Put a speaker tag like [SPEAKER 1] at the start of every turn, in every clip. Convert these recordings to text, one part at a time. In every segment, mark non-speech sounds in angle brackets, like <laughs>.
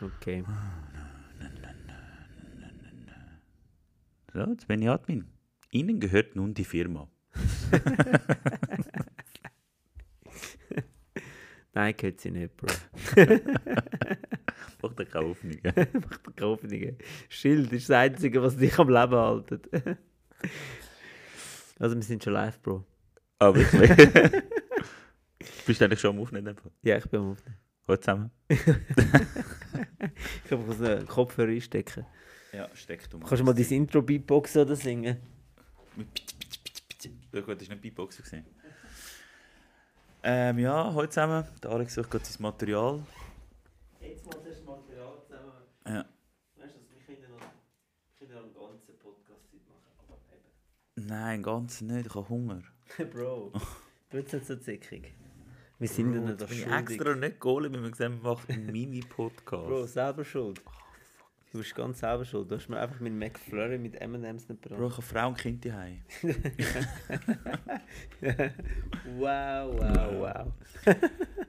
[SPEAKER 1] Okay.
[SPEAKER 2] So, Svenja Admin. Ihnen gehört nun die Firma.
[SPEAKER 1] <laughs>
[SPEAKER 2] <laughs>
[SPEAKER 1] Nein, gehört sie nicht, Bro. <laughs>
[SPEAKER 2] Mach doch keine Hoffnung. <laughs>
[SPEAKER 1] Macht doch keine Hoffnungen. Schild ist das Einzige, was dich am Leben haltet. <laughs> also, wir sind schon live, Bro.
[SPEAKER 2] Ah, wirklich? <laughs> Bist du eigentlich schon am Aufnehmen? in dem Fall?
[SPEAKER 1] Ja, ich bin am Aufnehmen.
[SPEAKER 2] Hallo zusammen.
[SPEAKER 1] Ich kann mir einen Kopfhörer einstecken.
[SPEAKER 2] Ja, steckt um.
[SPEAKER 1] Kannst du mal dein Intro beatboxen oder singen?
[SPEAKER 2] Ja gut, das war nicht Beatboxer. Gewesen. Ähm, ja, hallo zusammen. Der Alex sucht gerade sein Material.
[SPEAKER 1] Jetzt mal das Material zusammen.
[SPEAKER 2] Ja.
[SPEAKER 1] Weißt du, also, wir können noch, können noch einen ganzen Podcast machen, aber eben.
[SPEAKER 2] Nein, ganz nicht. Ich habe Hunger.
[SPEAKER 1] <laughs> Bro, du bist nicht so zickig. Wir sind dir nicht
[SPEAKER 2] Bro,
[SPEAKER 1] das
[SPEAKER 2] bin ich
[SPEAKER 1] schuldig.
[SPEAKER 2] extra nicht geholt, weil wir gesagt haben, wir machen einen
[SPEAKER 1] Bro,
[SPEAKER 2] Mini-Podcast.
[SPEAKER 1] selber schuld.
[SPEAKER 2] Oh,
[SPEAKER 1] Du bist ganz selber schuld. Du hast mir einfach mit McFlurry mit M&M's nicht
[SPEAKER 2] Bro,
[SPEAKER 1] beraten.
[SPEAKER 2] ich habe Frau und Kind daheim.
[SPEAKER 1] <laughs> wow, wow, wow.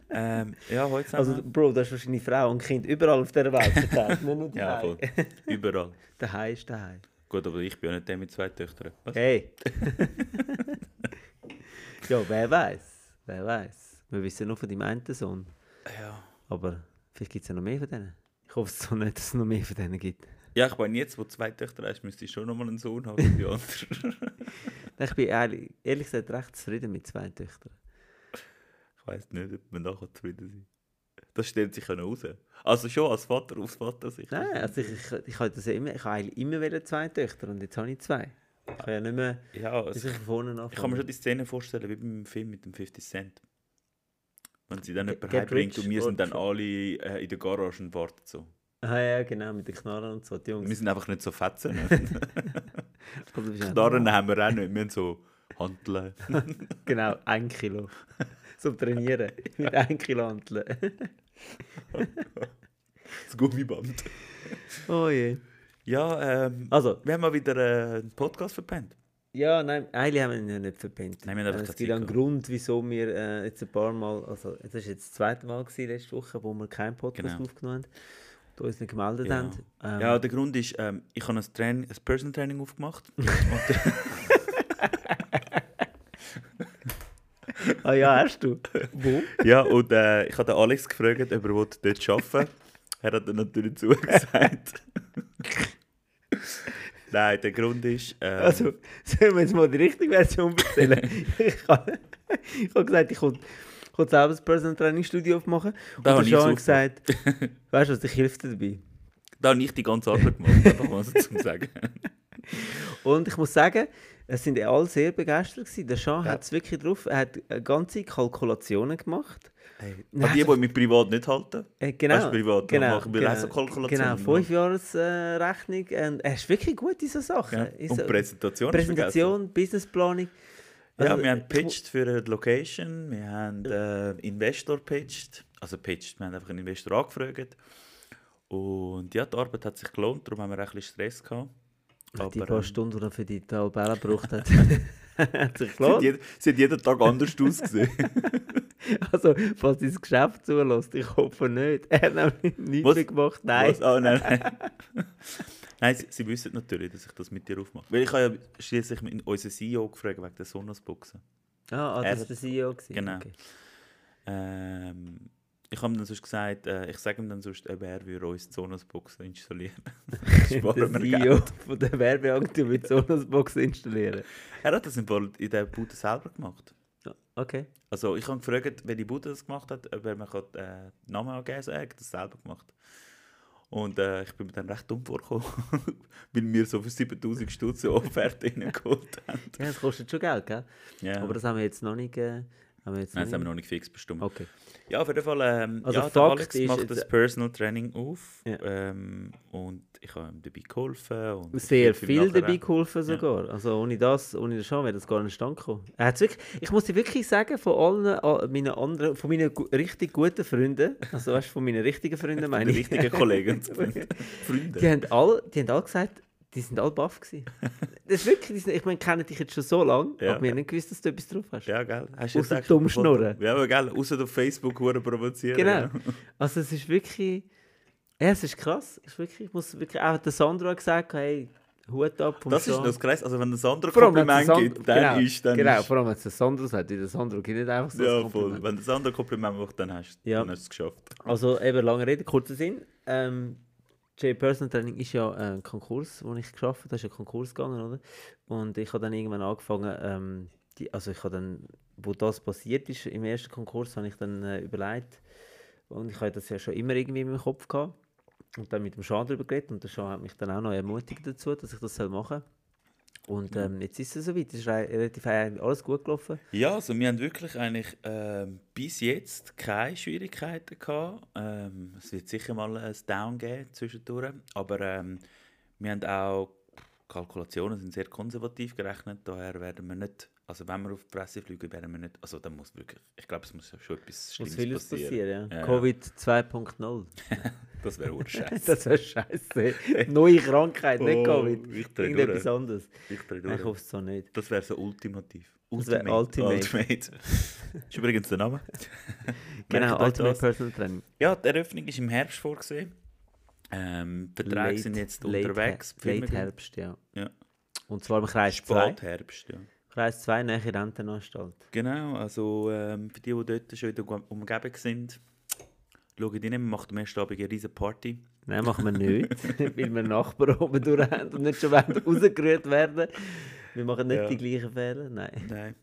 [SPEAKER 2] ähm, ja, heute zusammen.
[SPEAKER 1] Also, Bro, du hast wahrscheinlich Frau und Kind überall auf dieser Welt
[SPEAKER 2] <laughs>
[SPEAKER 1] verteilt. nicht nur
[SPEAKER 2] ja,
[SPEAKER 1] daheim. <laughs>
[SPEAKER 2] voll. Überall.
[SPEAKER 1] daheim ist daheim.
[SPEAKER 2] Gut, aber ich bin ja nicht der mit zwei Töchtern. Was? <laughs>
[SPEAKER 1] Hey! ja, wer weiß? Wer weiß? Wir wissen nur von deinem einen Sohn.
[SPEAKER 2] Ja.
[SPEAKER 1] Aber vielleicht gibt es ja noch mehr von denen. Ich hoffe es so nicht, dass es noch mehr von denen gibt.
[SPEAKER 2] Ja, ich meine, jetzt, wo du zwei Töchter hast, müsste ich schon nochmal einen Sohn haben wie die andere. <laughs>
[SPEAKER 1] Nein, Ich bin ehrlich, ehrlich gesagt recht zufrieden mit zwei Töchtern.
[SPEAKER 2] ich weiß nicht, ob man da zufrieden sein kann. Das stellt sich ja noch raus. Also schon als Vater, aus Vatersicht.
[SPEAKER 1] Nein, also ich, ich, ich, habe das ja immer, ich habe eigentlich immer wollen zwei Töchter und jetzt habe ich zwei. Ich kann ja nicht mehr
[SPEAKER 2] Ja,
[SPEAKER 1] dass
[SPEAKER 2] also,
[SPEAKER 1] ich von vorne anfangen.
[SPEAKER 2] ich kann mir schon die Szene vorstellen, wie beim Film mit dem 50 Cent. Wenn sie dann
[SPEAKER 1] Get-
[SPEAKER 2] jemanden
[SPEAKER 1] get
[SPEAKER 2] heimbringt
[SPEAKER 1] rich
[SPEAKER 2] und wir sind
[SPEAKER 1] or-
[SPEAKER 2] dann alle äh, in der Garage und warten so.
[SPEAKER 1] Ah ja, genau, mit den Knarren und so, die Jungs.
[SPEAKER 2] Wir sind einfach nicht so fetzen. <laughs>
[SPEAKER 1] Also, du bist ja-
[SPEAKER 2] Knarren haben wir auch nicht, wir haben so Handeln. <laughs>
[SPEAKER 1] Genau, ein Kilo. Zum Trainieren. Mit ein Kilo handeln.
[SPEAKER 2] <laughs> das Gummiband.
[SPEAKER 1] Oh je.
[SPEAKER 2] Ja, ähm,
[SPEAKER 1] Also,
[SPEAKER 2] wir haben mal wieder äh, einen Podcast verpennt.
[SPEAKER 1] ja, nein, eigentlich haben wir ihn ja nicht verpennt.
[SPEAKER 2] Nein, wir haben einfach
[SPEAKER 1] Äh,
[SPEAKER 2] keine
[SPEAKER 1] es gibt
[SPEAKER 2] Zeit
[SPEAKER 1] einen
[SPEAKER 2] gehabt.
[SPEAKER 1] Grund, wieso wir äh, jetzt ein paar Mal, also das war jetzt das zweite Mal gewesen, letzte Woche, wo wir keinen Podcast
[SPEAKER 2] Genau.
[SPEAKER 1] aufgenommen haben und uns nicht gemeldet
[SPEAKER 2] Ja.
[SPEAKER 1] haben. Ähm,
[SPEAKER 2] Ja, der Grund ist, ähm, ich habe ein, Train ein Personal Training
[SPEAKER 1] <laughs>
[SPEAKER 2] aufgemacht. äh,
[SPEAKER 1] Ah ja, hast du? wo?
[SPEAKER 2] ja, und äh, ich habe den Alex gefragt, ob er will dort arbeiten will. Er hat dann
[SPEAKER 1] <laughs>
[SPEAKER 2] natürlich zugesagt. Nein, der Grund ist. Ähm,
[SPEAKER 1] Also, sollen wir jetzt mal die richtige Version erzählen?
[SPEAKER 2] <laughs>
[SPEAKER 1] ich habe ich hab gesagt, ich komme selber ein Personal Training Studio aufmachen. Und
[SPEAKER 2] Da
[SPEAKER 1] der
[SPEAKER 2] habe ich
[SPEAKER 1] Jean hat
[SPEAKER 2] es
[SPEAKER 1] gesagt, weißt du was, ich helfe dir dabei.
[SPEAKER 2] da habe ich die ganze Arbeit gemacht, einfach mal so zum Sagen.
[SPEAKER 1] Und ich muss sagen, es sind ja alle sehr begeistert gewesen. Der Jean
[SPEAKER 2] Ja.
[SPEAKER 1] hat es wirklich drauf. Er hat äh, ganze Kalkulationen gemacht.
[SPEAKER 2] Hey,
[SPEAKER 1] Nein,
[SPEAKER 2] an die, die mich privat nicht halten.
[SPEAKER 1] Äh, genau.
[SPEAKER 2] Weißt du, privat
[SPEAKER 1] genau,
[SPEAKER 2] machen wir auch so
[SPEAKER 1] Genau,
[SPEAKER 2] Kalkulationen.
[SPEAKER 1] fünf äh, Rechnung. Und er ist wirklich gut in so Sachen.
[SPEAKER 2] Ja.
[SPEAKER 1] In
[SPEAKER 2] Und
[SPEAKER 1] so
[SPEAKER 2] Präsentation. hast du vergessen.
[SPEAKER 1] Präsentation, Businessplanung.
[SPEAKER 2] Ja,
[SPEAKER 1] Also,
[SPEAKER 2] wir haben
[SPEAKER 1] ich mu-
[SPEAKER 2] pitched für eine Location, wir haben äh, Investor pitched, also pitched, wir haben einfach einen Investor angefragt. Und ja, die Arbeit hat sich gelohnt, darum haben wir auch ein bisschen Stress gehabt.
[SPEAKER 1] Ach, die
[SPEAKER 2] aber,
[SPEAKER 1] paar
[SPEAKER 2] ähm,
[SPEAKER 1] Stunden, die er für die Tabelle gebraucht
[SPEAKER 2] <laughs>
[SPEAKER 1] hat, <laughs> hat sich
[SPEAKER 2] Sie hat,
[SPEAKER 1] gelohnt.
[SPEAKER 2] jed sie hat jeden Tag <laughs> anders ausgesehen.
[SPEAKER 1] Also, falls ihr das Geschäft zulässt, ich hoffe nicht. <laughs> Er hat nämlich nichts
[SPEAKER 2] Was?
[SPEAKER 1] mehr gemacht. Nein.
[SPEAKER 2] Was? Ah, nein, nein. <laughs> nein, sie, sie wissen natürlich, dass ich das mit dir aufmache. Weil ich habe ja schließlich unseren CEO gefragt wegen der Sonos-Boxen.
[SPEAKER 1] Ah, ah,
[SPEAKER 2] Er
[SPEAKER 1] das war
[SPEAKER 2] hat-
[SPEAKER 1] der CEO. gewesen.
[SPEAKER 2] genau.
[SPEAKER 1] Okay.
[SPEAKER 2] Ähm, ich habe ihm dann sonst gesagt, äh, ich sage ihm dann sonst, ob er würde uns die Sonos-Boxen installieren.
[SPEAKER 1] <laughs> Der
[SPEAKER 2] Sparen wir Geld.
[SPEAKER 1] CEO von der Werbeagentur mit Sonos-Box installieren.
[SPEAKER 2] Er hat das im Fall in der Bude selber gemacht.
[SPEAKER 1] Ja, Okay.
[SPEAKER 2] Also ich habe gefragt, wer die Bude das gemacht hat, ob er mir kann, äh, den Namen angeben kann. Er hat das selber gemacht. Und äh, ich bin mir dann recht dumm vorgekommen, <laughs> weil wir so für 7000 Stutz eine Offerte <laughs> reingeholt haben.
[SPEAKER 1] Ja, das kostet schon Geld, gell?
[SPEAKER 2] Ja.
[SPEAKER 1] Aber das haben wir jetzt noch nicht. Äh, haben wir jetzt
[SPEAKER 2] Nein, das
[SPEAKER 1] noch
[SPEAKER 2] haben wir
[SPEAKER 1] nicht.
[SPEAKER 2] noch nicht fix bestimmt.
[SPEAKER 1] Okay.
[SPEAKER 2] Ja, auf jeden Fall, ähm,
[SPEAKER 1] Also
[SPEAKER 2] ja, der
[SPEAKER 1] Fakt
[SPEAKER 2] Alex
[SPEAKER 1] ist
[SPEAKER 2] macht
[SPEAKER 1] jetzt- äh,
[SPEAKER 2] das Personal Training auf
[SPEAKER 1] Ja.
[SPEAKER 2] ähm, und ich habe ihm dabei geholfen. Und
[SPEAKER 1] Sehr
[SPEAKER 2] ich helfe ihm
[SPEAKER 1] viel
[SPEAKER 2] nachher
[SPEAKER 1] dabei
[SPEAKER 2] auch.
[SPEAKER 1] geholfen sogar. Also ohne das, ohne das schon wäre das gar nicht stand gekommen. Er hat's wirklich, ich muss dir wirklich sagen, von allen all meinen anderen, von meinen gu- richtig guten Freunden, also weißt du, von meinen richtigen Freunden
[SPEAKER 2] Von
[SPEAKER 1] meine
[SPEAKER 2] den
[SPEAKER 1] ich, <laughs>
[SPEAKER 2] richtigen Kollegen und Freunden.
[SPEAKER 1] die haben alle, die haben alle gesagt, die sind alle baff gewesen. Das ist wirklich, die sind, ich meine, kennen dich jetzt schon so lange,
[SPEAKER 2] Ja.
[SPEAKER 1] aber wir haben nicht gewusst, dass du etwas drauf hast.
[SPEAKER 2] Ja, gell? Hast
[SPEAKER 1] Ausser
[SPEAKER 2] gesagt,
[SPEAKER 1] dumm
[SPEAKER 2] du-
[SPEAKER 1] schnurren.
[SPEAKER 2] Ja, aber gell, außer auf Facebook Huren provozieren.
[SPEAKER 1] Genau.
[SPEAKER 2] ja.
[SPEAKER 1] Also es ist wirklich. Ja, es ist krass. Es Ist wirklich, ich muss wirklich, auch der Sandro hat gesagt, hey, Hut ab vom
[SPEAKER 2] Das ist
[SPEAKER 1] Sean.
[SPEAKER 2] noch das Kreis. Also, wenn ein anderer
[SPEAKER 1] Vor allem, wenn der
[SPEAKER 2] Kompliment
[SPEAKER 1] Sandro-
[SPEAKER 2] gibt, dann
[SPEAKER 1] genau,
[SPEAKER 2] ist dann
[SPEAKER 1] Genau,
[SPEAKER 2] ist,
[SPEAKER 1] vor allem, wenn es der Sandro sagt, der Sandro gibt nicht einfach so ein
[SPEAKER 2] Ja, voll.
[SPEAKER 1] Kompliment.
[SPEAKER 2] Wenn ein anderer Kompliment macht, dann hast du
[SPEAKER 1] Ja.
[SPEAKER 2] dann hast du es geschafft.
[SPEAKER 1] Also eben, lange Rede, kurzer Sinn. Ähm, J Personal Training ist ja ein Konkurs, wo ich geschafft habe. Da ist ja ein Konkurs gegangen, oder? Und ich habe dann irgendwann angefangen, ähm, die, also ich habe dann, wo das passiert ist, im ersten Konkurs, habe ich dann äh, überlegt, und ich hatte das ja schon immer irgendwie in meinem Kopf gehabt. Und dann mit dem Sean darüber geredet und der Sean hat mich dann auch noch ermutigt dazu, dass ich das soll machen soll. Und ähm, jetzt ist es soweit, es ist re- relativ eigentlich alles gut gelaufen.
[SPEAKER 2] Ja, also wir haben wirklich eigentlich ähm, bis jetzt keine Schwierigkeiten gehabt. Ähm, es wird sicher mal ein Down geben zwischendurch, aber ähm, wir haben auch Kalkulationen sind sehr konservativ gerechnet, daher werden wir nicht, also wenn wir auf die Presse fliegen, werden wir nicht, also dann muss wirklich, ich glaube, es muss ja schon etwas
[SPEAKER 1] Muss
[SPEAKER 2] Schlimmes
[SPEAKER 1] vieles
[SPEAKER 2] passieren.
[SPEAKER 1] passieren, ja.
[SPEAKER 2] Ja, ja.
[SPEAKER 1] Covid 2.0. <laughs>
[SPEAKER 2] Das wäre urscheiße.
[SPEAKER 1] Das wäre scheiße. Neue Krankheit, nicht
[SPEAKER 2] Oh,
[SPEAKER 1] Covid.
[SPEAKER 2] ich dreh
[SPEAKER 1] Irgendetwas
[SPEAKER 2] durch.
[SPEAKER 1] anderes.
[SPEAKER 2] ich dreh
[SPEAKER 1] Nein, ich
[SPEAKER 2] durch.
[SPEAKER 1] hoffe es so nicht.
[SPEAKER 2] Das wäre so ultimativ.
[SPEAKER 1] Das wär Ultimate.
[SPEAKER 2] Ultimate. <laughs> ist übrigens der Name.
[SPEAKER 1] Genau,
[SPEAKER 2] Merkt euch
[SPEAKER 1] Ultimate
[SPEAKER 2] das.
[SPEAKER 1] Personal Training.
[SPEAKER 2] Ja, die Eröffnung ist im Herbst vorgesehen. Ähm, die Verträge
[SPEAKER 1] Late-
[SPEAKER 2] sind jetzt
[SPEAKER 1] late
[SPEAKER 2] unterwegs.
[SPEAKER 1] Her-
[SPEAKER 2] Firmen
[SPEAKER 1] Late
[SPEAKER 2] gehen-
[SPEAKER 1] Herbst, ja.
[SPEAKER 2] Ja.
[SPEAKER 1] Und zwar im Kreis 2.
[SPEAKER 2] Spätherbst, ja.
[SPEAKER 1] Kreis 2, nähe Rentenanstalt.
[SPEAKER 2] Genau, also ähm, für die, die dort schon in der Umge- Umgebung sind, schaut rein, wir machen am ersten Abend eine riesen Party.
[SPEAKER 1] Nein, machen wir
[SPEAKER 2] <laughs>
[SPEAKER 1] nicht, weil wir Nachbarn oben durch haben und nicht schon wollen rausgerührt werden. Wir machen nicht
[SPEAKER 2] Ja.
[SPEAKER 1] die gleichen Fehler, nein.
[SPEAKER 2] Nein,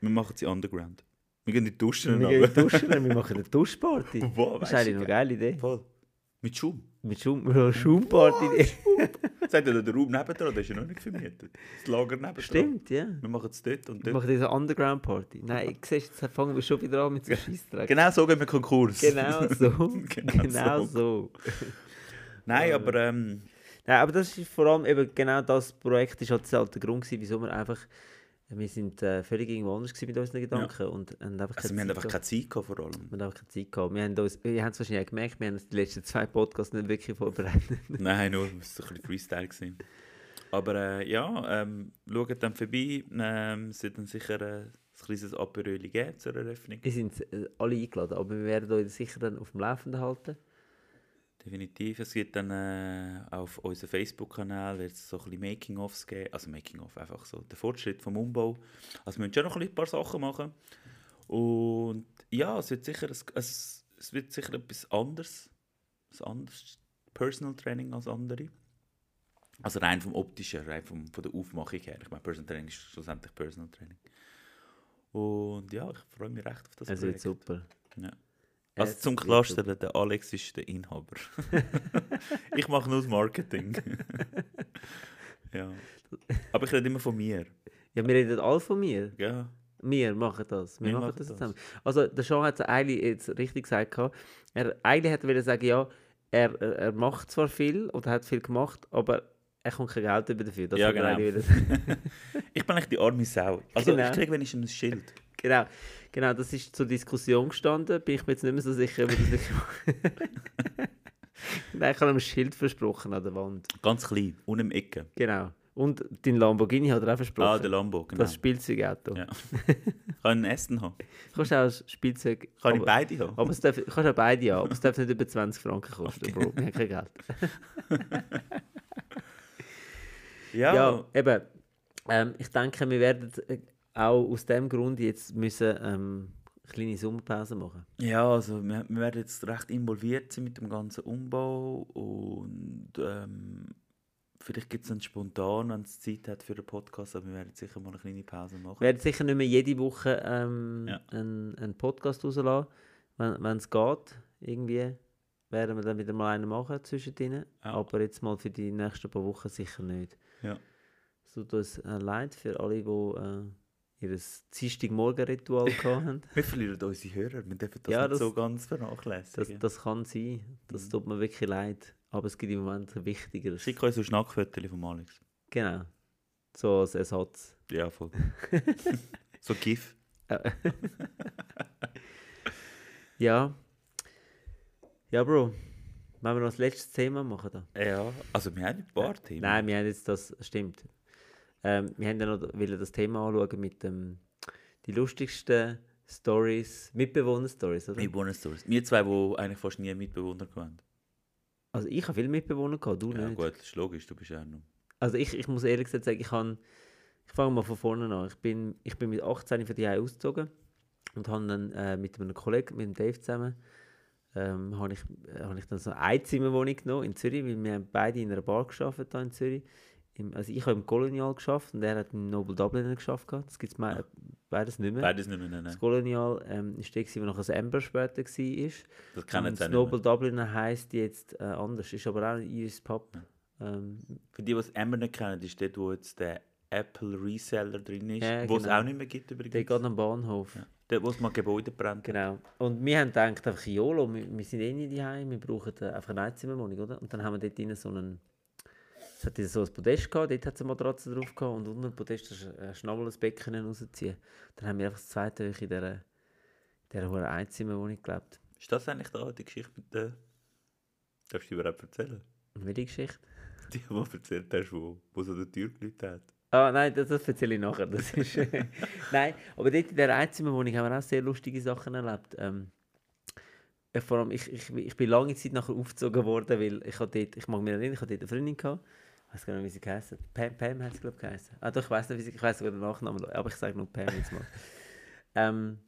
[SPEAKER 2] wir machen sie underground. Wir gehen in die Duschen.
[SPEAKER 1] Wir gehen
[SPEAKER 2] <laughs>
[SPEAKER 1] duschen, wir machen eine Duschparty.
[SPEAKER 2] Wow,
[SPEAKER 1] Das ist
[SPEAKER 2] weißt du,
[SPEAKER 1] eigentlich eine
[SPEAKER 2] geil.
[SPEAKER 1] geile Idee.
[SPEAKER 2] Voll. Mit Schaum.
[SPEAKER 1] Mit Schaum, wir haben eine <laughs> Schaumparty.
[SPEAKER 2] Sagt ihr, der Raum nebendran, der ist ja noch nicht vermietet. Das Lager nebendran.
[SPEAKER 1] Stimmt, ja.
[SPEAKER 2] Wir machen es dort und
[SPEAKER 1] Wir
[SPEAKER 2] dort.
[SPEAKER 1] machen diese Underground-Party. Nein, ich siehst, jetzt fangen wir schon wieder an mit so Scheissdreck.
[SPEAKER 2] Genau so gehen wir Konkurs.
[SPEAKER 1] Genau so.
[SPEAKER 2] <laughs> Genau
[SPEAKER 1] genau
[SPEAKER 2] so.
[SPEAKER 1] so.
[SPEAKER 2] Nein, aber ähm,
[SPEAKER 1] Nein, aber das ist vor allem eben genau das Projekt, ist halt, halt der Grund gewesen, wieso wir einfach, wir sind äh, völlig irgendwo anders gewesen mit unseren Gedanken und haben einfach
[SPEAKER 2] also
[SPEAKER 1] keine
[SPEAKER 2] wir haben
[SPEAKER 1] Zeit
[SPEAKER 2] einfach
[SPEAKER 1] gehabt.
[SPEAKER 2] keine Zeit gehabt, vor allem.
[SPEAKER 1] wir haben einfach keine Zeit gehabt. Wir haben uns, ihr habt es wahrscheinlich auch gemerkt, wir haben uns die letzten zwei Podcasts nicht wirklich vorbereitet.
[SPEAKER 2] Nein, nur, es war ein bisschen Freestyle. Gewesen. Aber äh, ja, ähm, schaut dann vorbei. Ähm, es wird dann sicher äh, ein kleines Aperöl geben zur Eröffnung.
[SPEAKER 1] Wir sind äh, alle eingeladen, aber wir werden euch sicher dann auf dem Laufenden halten.
[SPEAKER 2] Definitiv. Es wird dann äh, auf unserem Facebook-Kanal wird es so ein bisschen Making-ofs geben. Also Making-of, einfach so. Der Fortschritt vom Umbau. Also wir müssen schon noch ein bisschen- ein paar Sachen machen. Und ja, es wird sicher, es, es, es wird sicher etwas anderes. Ein anderes Personal Training als andere. Also rein vom Optischen, rein vom, von der Aufmachung her. Ich meine, Personal Training ist schlussendlich Personal Training. Und ja, ich freue mich recht auf das
[SPEAKER 1] Es wird
[SPEAKER 2] Projekt.
[SPEAKER 1] super.
[SPEAKER 2] Ja. Also
[SPEAKER 1] Es
[SPEAKER 2] zum
[SPEAKER 1] wird
[SPEAKER 2] Klarstellen, der Alex ist der Inhaber. <laughs> ich mache nur das Marketing. <laughs> ja. Aber ich rede immer von mir.
[SPEAKER 1] Ja, wir reden alle von mir.
[SPEAKER 2] Ja.
[SPEAKER 1] Wir machen das. Wir,
[SPEAKER 2] Wir
[SPEAKER 1] machen
[SPEAKER 2] machen
[SPEAKER 1] das
[SPEAKER 2] das.
[SPEAKER 1] zusammen. Also, der Sean hat es eigentlich jetzt richtig gesagt. gehabt. Er eigentlich hätte er sagen ja, er, er er macht zwar viel und hat viel gemacht, aber er kommt kein Geld über dafür. Das
[SPEAKER 2] Ja,
[SPEAKER 1] hat er
[SPEAKER 2] genau.
[SPEAKER 1] eigentlich wollen sagen. <laughs>
[SPEAKER 2] Ich bin eigentlich die arme Sau. Also
[SPEAKER 1] Genau.
[SPEAKER 2] ich kriege wenigstens ein Schild.
[SPEAKER 1] genau. Genau, das ist zur Diskussion gestanden. Bin ich mir jetzt nicht mehr so sicher, ob er das wirklich <laughs> Nein, ich habe ihm ein Schild versprochen an der Wand.
[SPEAKER 2] Ganz klein, unten im Ecke.
[SPEAKER 1] Genau. Und den Lamborghini hat er auch versprochen.
[SPEAKER 2] Ah, der Lambo, genau.
[SPEAKER 1] Das Spielzeugauto.
[SPEAKER 2] Ja. Kann ich ein Essen haben?
[SPEAKER 1] Du kannst auch ein Spielzeug.
[SPEAKER 2] Kann ich
[SPEAKER 1] aber-
[SPEAKER 2] beide haben?
[SPEAKER 1] Aber es darf, du kannst auch beide ja, aber es darf nicht über 20 Franken kosten, Bro. Wir haben kein Geld.
[SPEAKER 2] Ja.
[SPEAKER 1] Ja, eben. Ähm, ich denke, wir werden äh, auch aus dem Grund jetzt müssen ähm, eine kleine Sommerpause machen.
[SPEAKER 2] Ja, also wir, wir werden jetzt recht involviert sein mit dem ganzen Umbau und ähm, vielleicht gibt es dann spontan, wenn es Zeit hat für den Podcast, aber wir werden sicher mal eine kleine Pause machen.
[SPEAKER 1] Wir werden sicher nicht mehr jede Woche ähm,
[SPEAKER 2] Ja.
[SPEAKER 1] einen, einen Podcast rauslassen. Wenn es geht, irgendwie, werden wir dann wieder mal einen machen zwischendrin.
[SPEAKER 2] Ja.
[SPEAKER 1] Aber jetzt mal für die nächsten paar Wochen sicher nicht.
[SPEAKER 2] Ja.
[SPEAKER 1] Es tut uns äh, leid für alle, die äh, ihr Dienstagmorgen-Ritual <laughs> gehabt haben.
[SPEAKER 2] Wir verlieren unsere Hörer, wir dürfen das
[SPEAKER 1] Ja,
[SPEAKER 2] nicht
[SPEAKER 1] das-
[SPEAKER 2] so ganz
[SPEAKER 1] Das,
[SPEAKER 2] vernachlässigen.
[SPEAKER 1] das kann sein. Das tut mir wirklich leid. Aber es gibt im Moment ein wichtigeres.
[SPEAKER 2] Mhm. Schick uns so Schnackfotos von Alex.
[SPEAKER 1] Genau. So als
[SPEAKER 2] <laughs>
[SPEAKER 1] Ersatz.
[SPEAKER 2] Ja, voll. <laughs> so GIF.
[SPEAKER 1] Ja. Ja, Bro. Wollen wir noch das letzte Thema machen? Da?
[SPEAKER 2] Ja, also wir haben ein paar Themen.
[SPEAKER 1] Nein, wir haben jetzt das. Stimmt. Ähm, wir haben ja noch wollen das Thema anschauen mit dem, die lustigsten Stories, Mitbewohner-Stories, oder?
[SPEAKER 2] Mitbewohner-Stories. Wir zwei, die eigentlich fast nie Mitbewohner gehabt haben.
[SPEAKER 1] Also ich habe viele Mitbewohner gehabt, du
[SPEAKER 2] Ja,
[SPEAKER 1] nicht.
[SPEAKER 2] gut, das ist logisch, du bist ja auch noch.
[SPEAKER 1] Also ich, ich muss ehrlich gesagt sagen, ich habe, ich fange mal von vorne an. Ich bin, ich bin mit 18 von die ausgezogen und habe dann äh, mit einem Kollegen, mit dem Dave zusammen, ähm, habe ich, äh, habe ich dann so eine Einzimmerwohnung genommen in Zürich, weil wir haben beide in einer Bar gearbeitet hier in Zürich. Im, also ich habe im Kolonial geschafft und er hat im Noble Dubliner geschafft. gehabt. Das gibt es beides nicht mehr.
[SPEAKER 2] Beides nicht mehr, nein,
[SPEAKER 1] Das
[SPEAKER 2] nein.
[SPEAKER 1] Kolonial ähm, ist der, gewesen, wo nachher das Amber später war.
[SPEAKER 2] Das kann
[SPEAKER 1] Und
[SPEAKER 2] jetzt
[SPEAKER 1] das
[SPEAKER 2] auch nicht
[SPEAKER 1] Noble
[SPEAKER 2] mehr.
[SPEAKER 1] Dubliner heisst jetzt äh, anders, ist aber auch ein Iris Pub. Ähm,
[SPEAKER 2] Für die, die es Amber nicht kennen, ist dort, wo jetzt der Apple Reseller drin ist,
[SPEAKER 1] Ja,
[SPEAKER 2] wo es
[SPEAKER 1] genau.
[SPEAKER 2] auch nicht mehr gibt
[SPEAKER 1] der
[SPEAKER 2] übrigens.
[SPEAKER 1] geht am Bahnhof.
[SPEAKER 2] Ja. Dort, wo es mal Gebäude brennt.
[SPEAKER 1] Genau. Und wir haben gedacht, einfach YOLO, wir, wir sind eh nicht daheim, wir brauchen äh, einfach eine Einzimmerwohnung, oder? Und dann haben wir dort drin so einen. Es hat so ein Podest gehabt, dort hat es eine Matratze drauf gehabt und unter dem Podest hast du ein schnabbeles Becken rausziehen. Dann haben wir einfach das zweite Woche in dieser, in dieser hohen Einzimmerwohnung gelebt.
[SPEAKER 2] Ist das eigentlich da die Geschichte mit der... Darfst du die überhaupt erzählen?
[SPEAKER 1] Und welche Geschichte?
[SPEAKER 2] <laughs> Die, die du erzählt hast, wo, wo so der Tür geläutet hat.
[SPEAKER 1] Ah, nein, das, das erzähle ich nachher. Das ist, nein, aber dort in dieser Einzimmerwohnung haben wir auch sehr lustige Sachen erlebt. Ähm, äh, vor allem, ich, ich, ich bin lange Zeit nachher aufgezogen worden, weil ich hatte dort, ich mag mich erinnern, ich hatte dort eine Freundin gehabt. Ich weiß gar nicht, wie sie geheißen hat. Pam, Pam hat sie, glaube ich, geheißen. Ah, doch, ich weiß nicht, wie sie, ich weiß sogar den Nachnamen, aber ich sage nur Pam jetzt mal. ähm,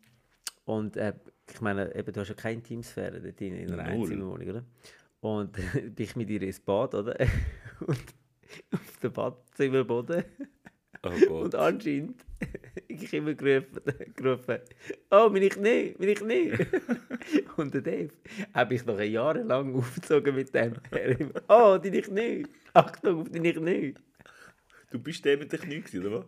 [SPEAKER 1] und äh, ich meine, eben, du hast ja keine Teamsphäre dort drin, in einer
[SPEAKER 2] Null.
[SPEAKER 1] Einzimmerwohnung, oder? Und <laughs> bin ich mit ihr ins Bad, oder? <laughs> und auf dem Badzimmerboden.
[SPEAKER 2] <laughs> Oh
[SPEAKER 1] Und
[SPEAKER 2] Gott.
[SPEAKER 1] anscheinend <laughs> ich immer gerufen, <laughs> gerufen «Oh, bin ich nicht, bin ich nicht!» <laughs> Und der Dave habe ich noch jahrelang <laughs> aufgezogen mit dem. Er immer «Oh, deine Knie! Achtung auf deine Knie!»
[SPEAKER 2] Du bist der mit den Knien, gewesen, oder was?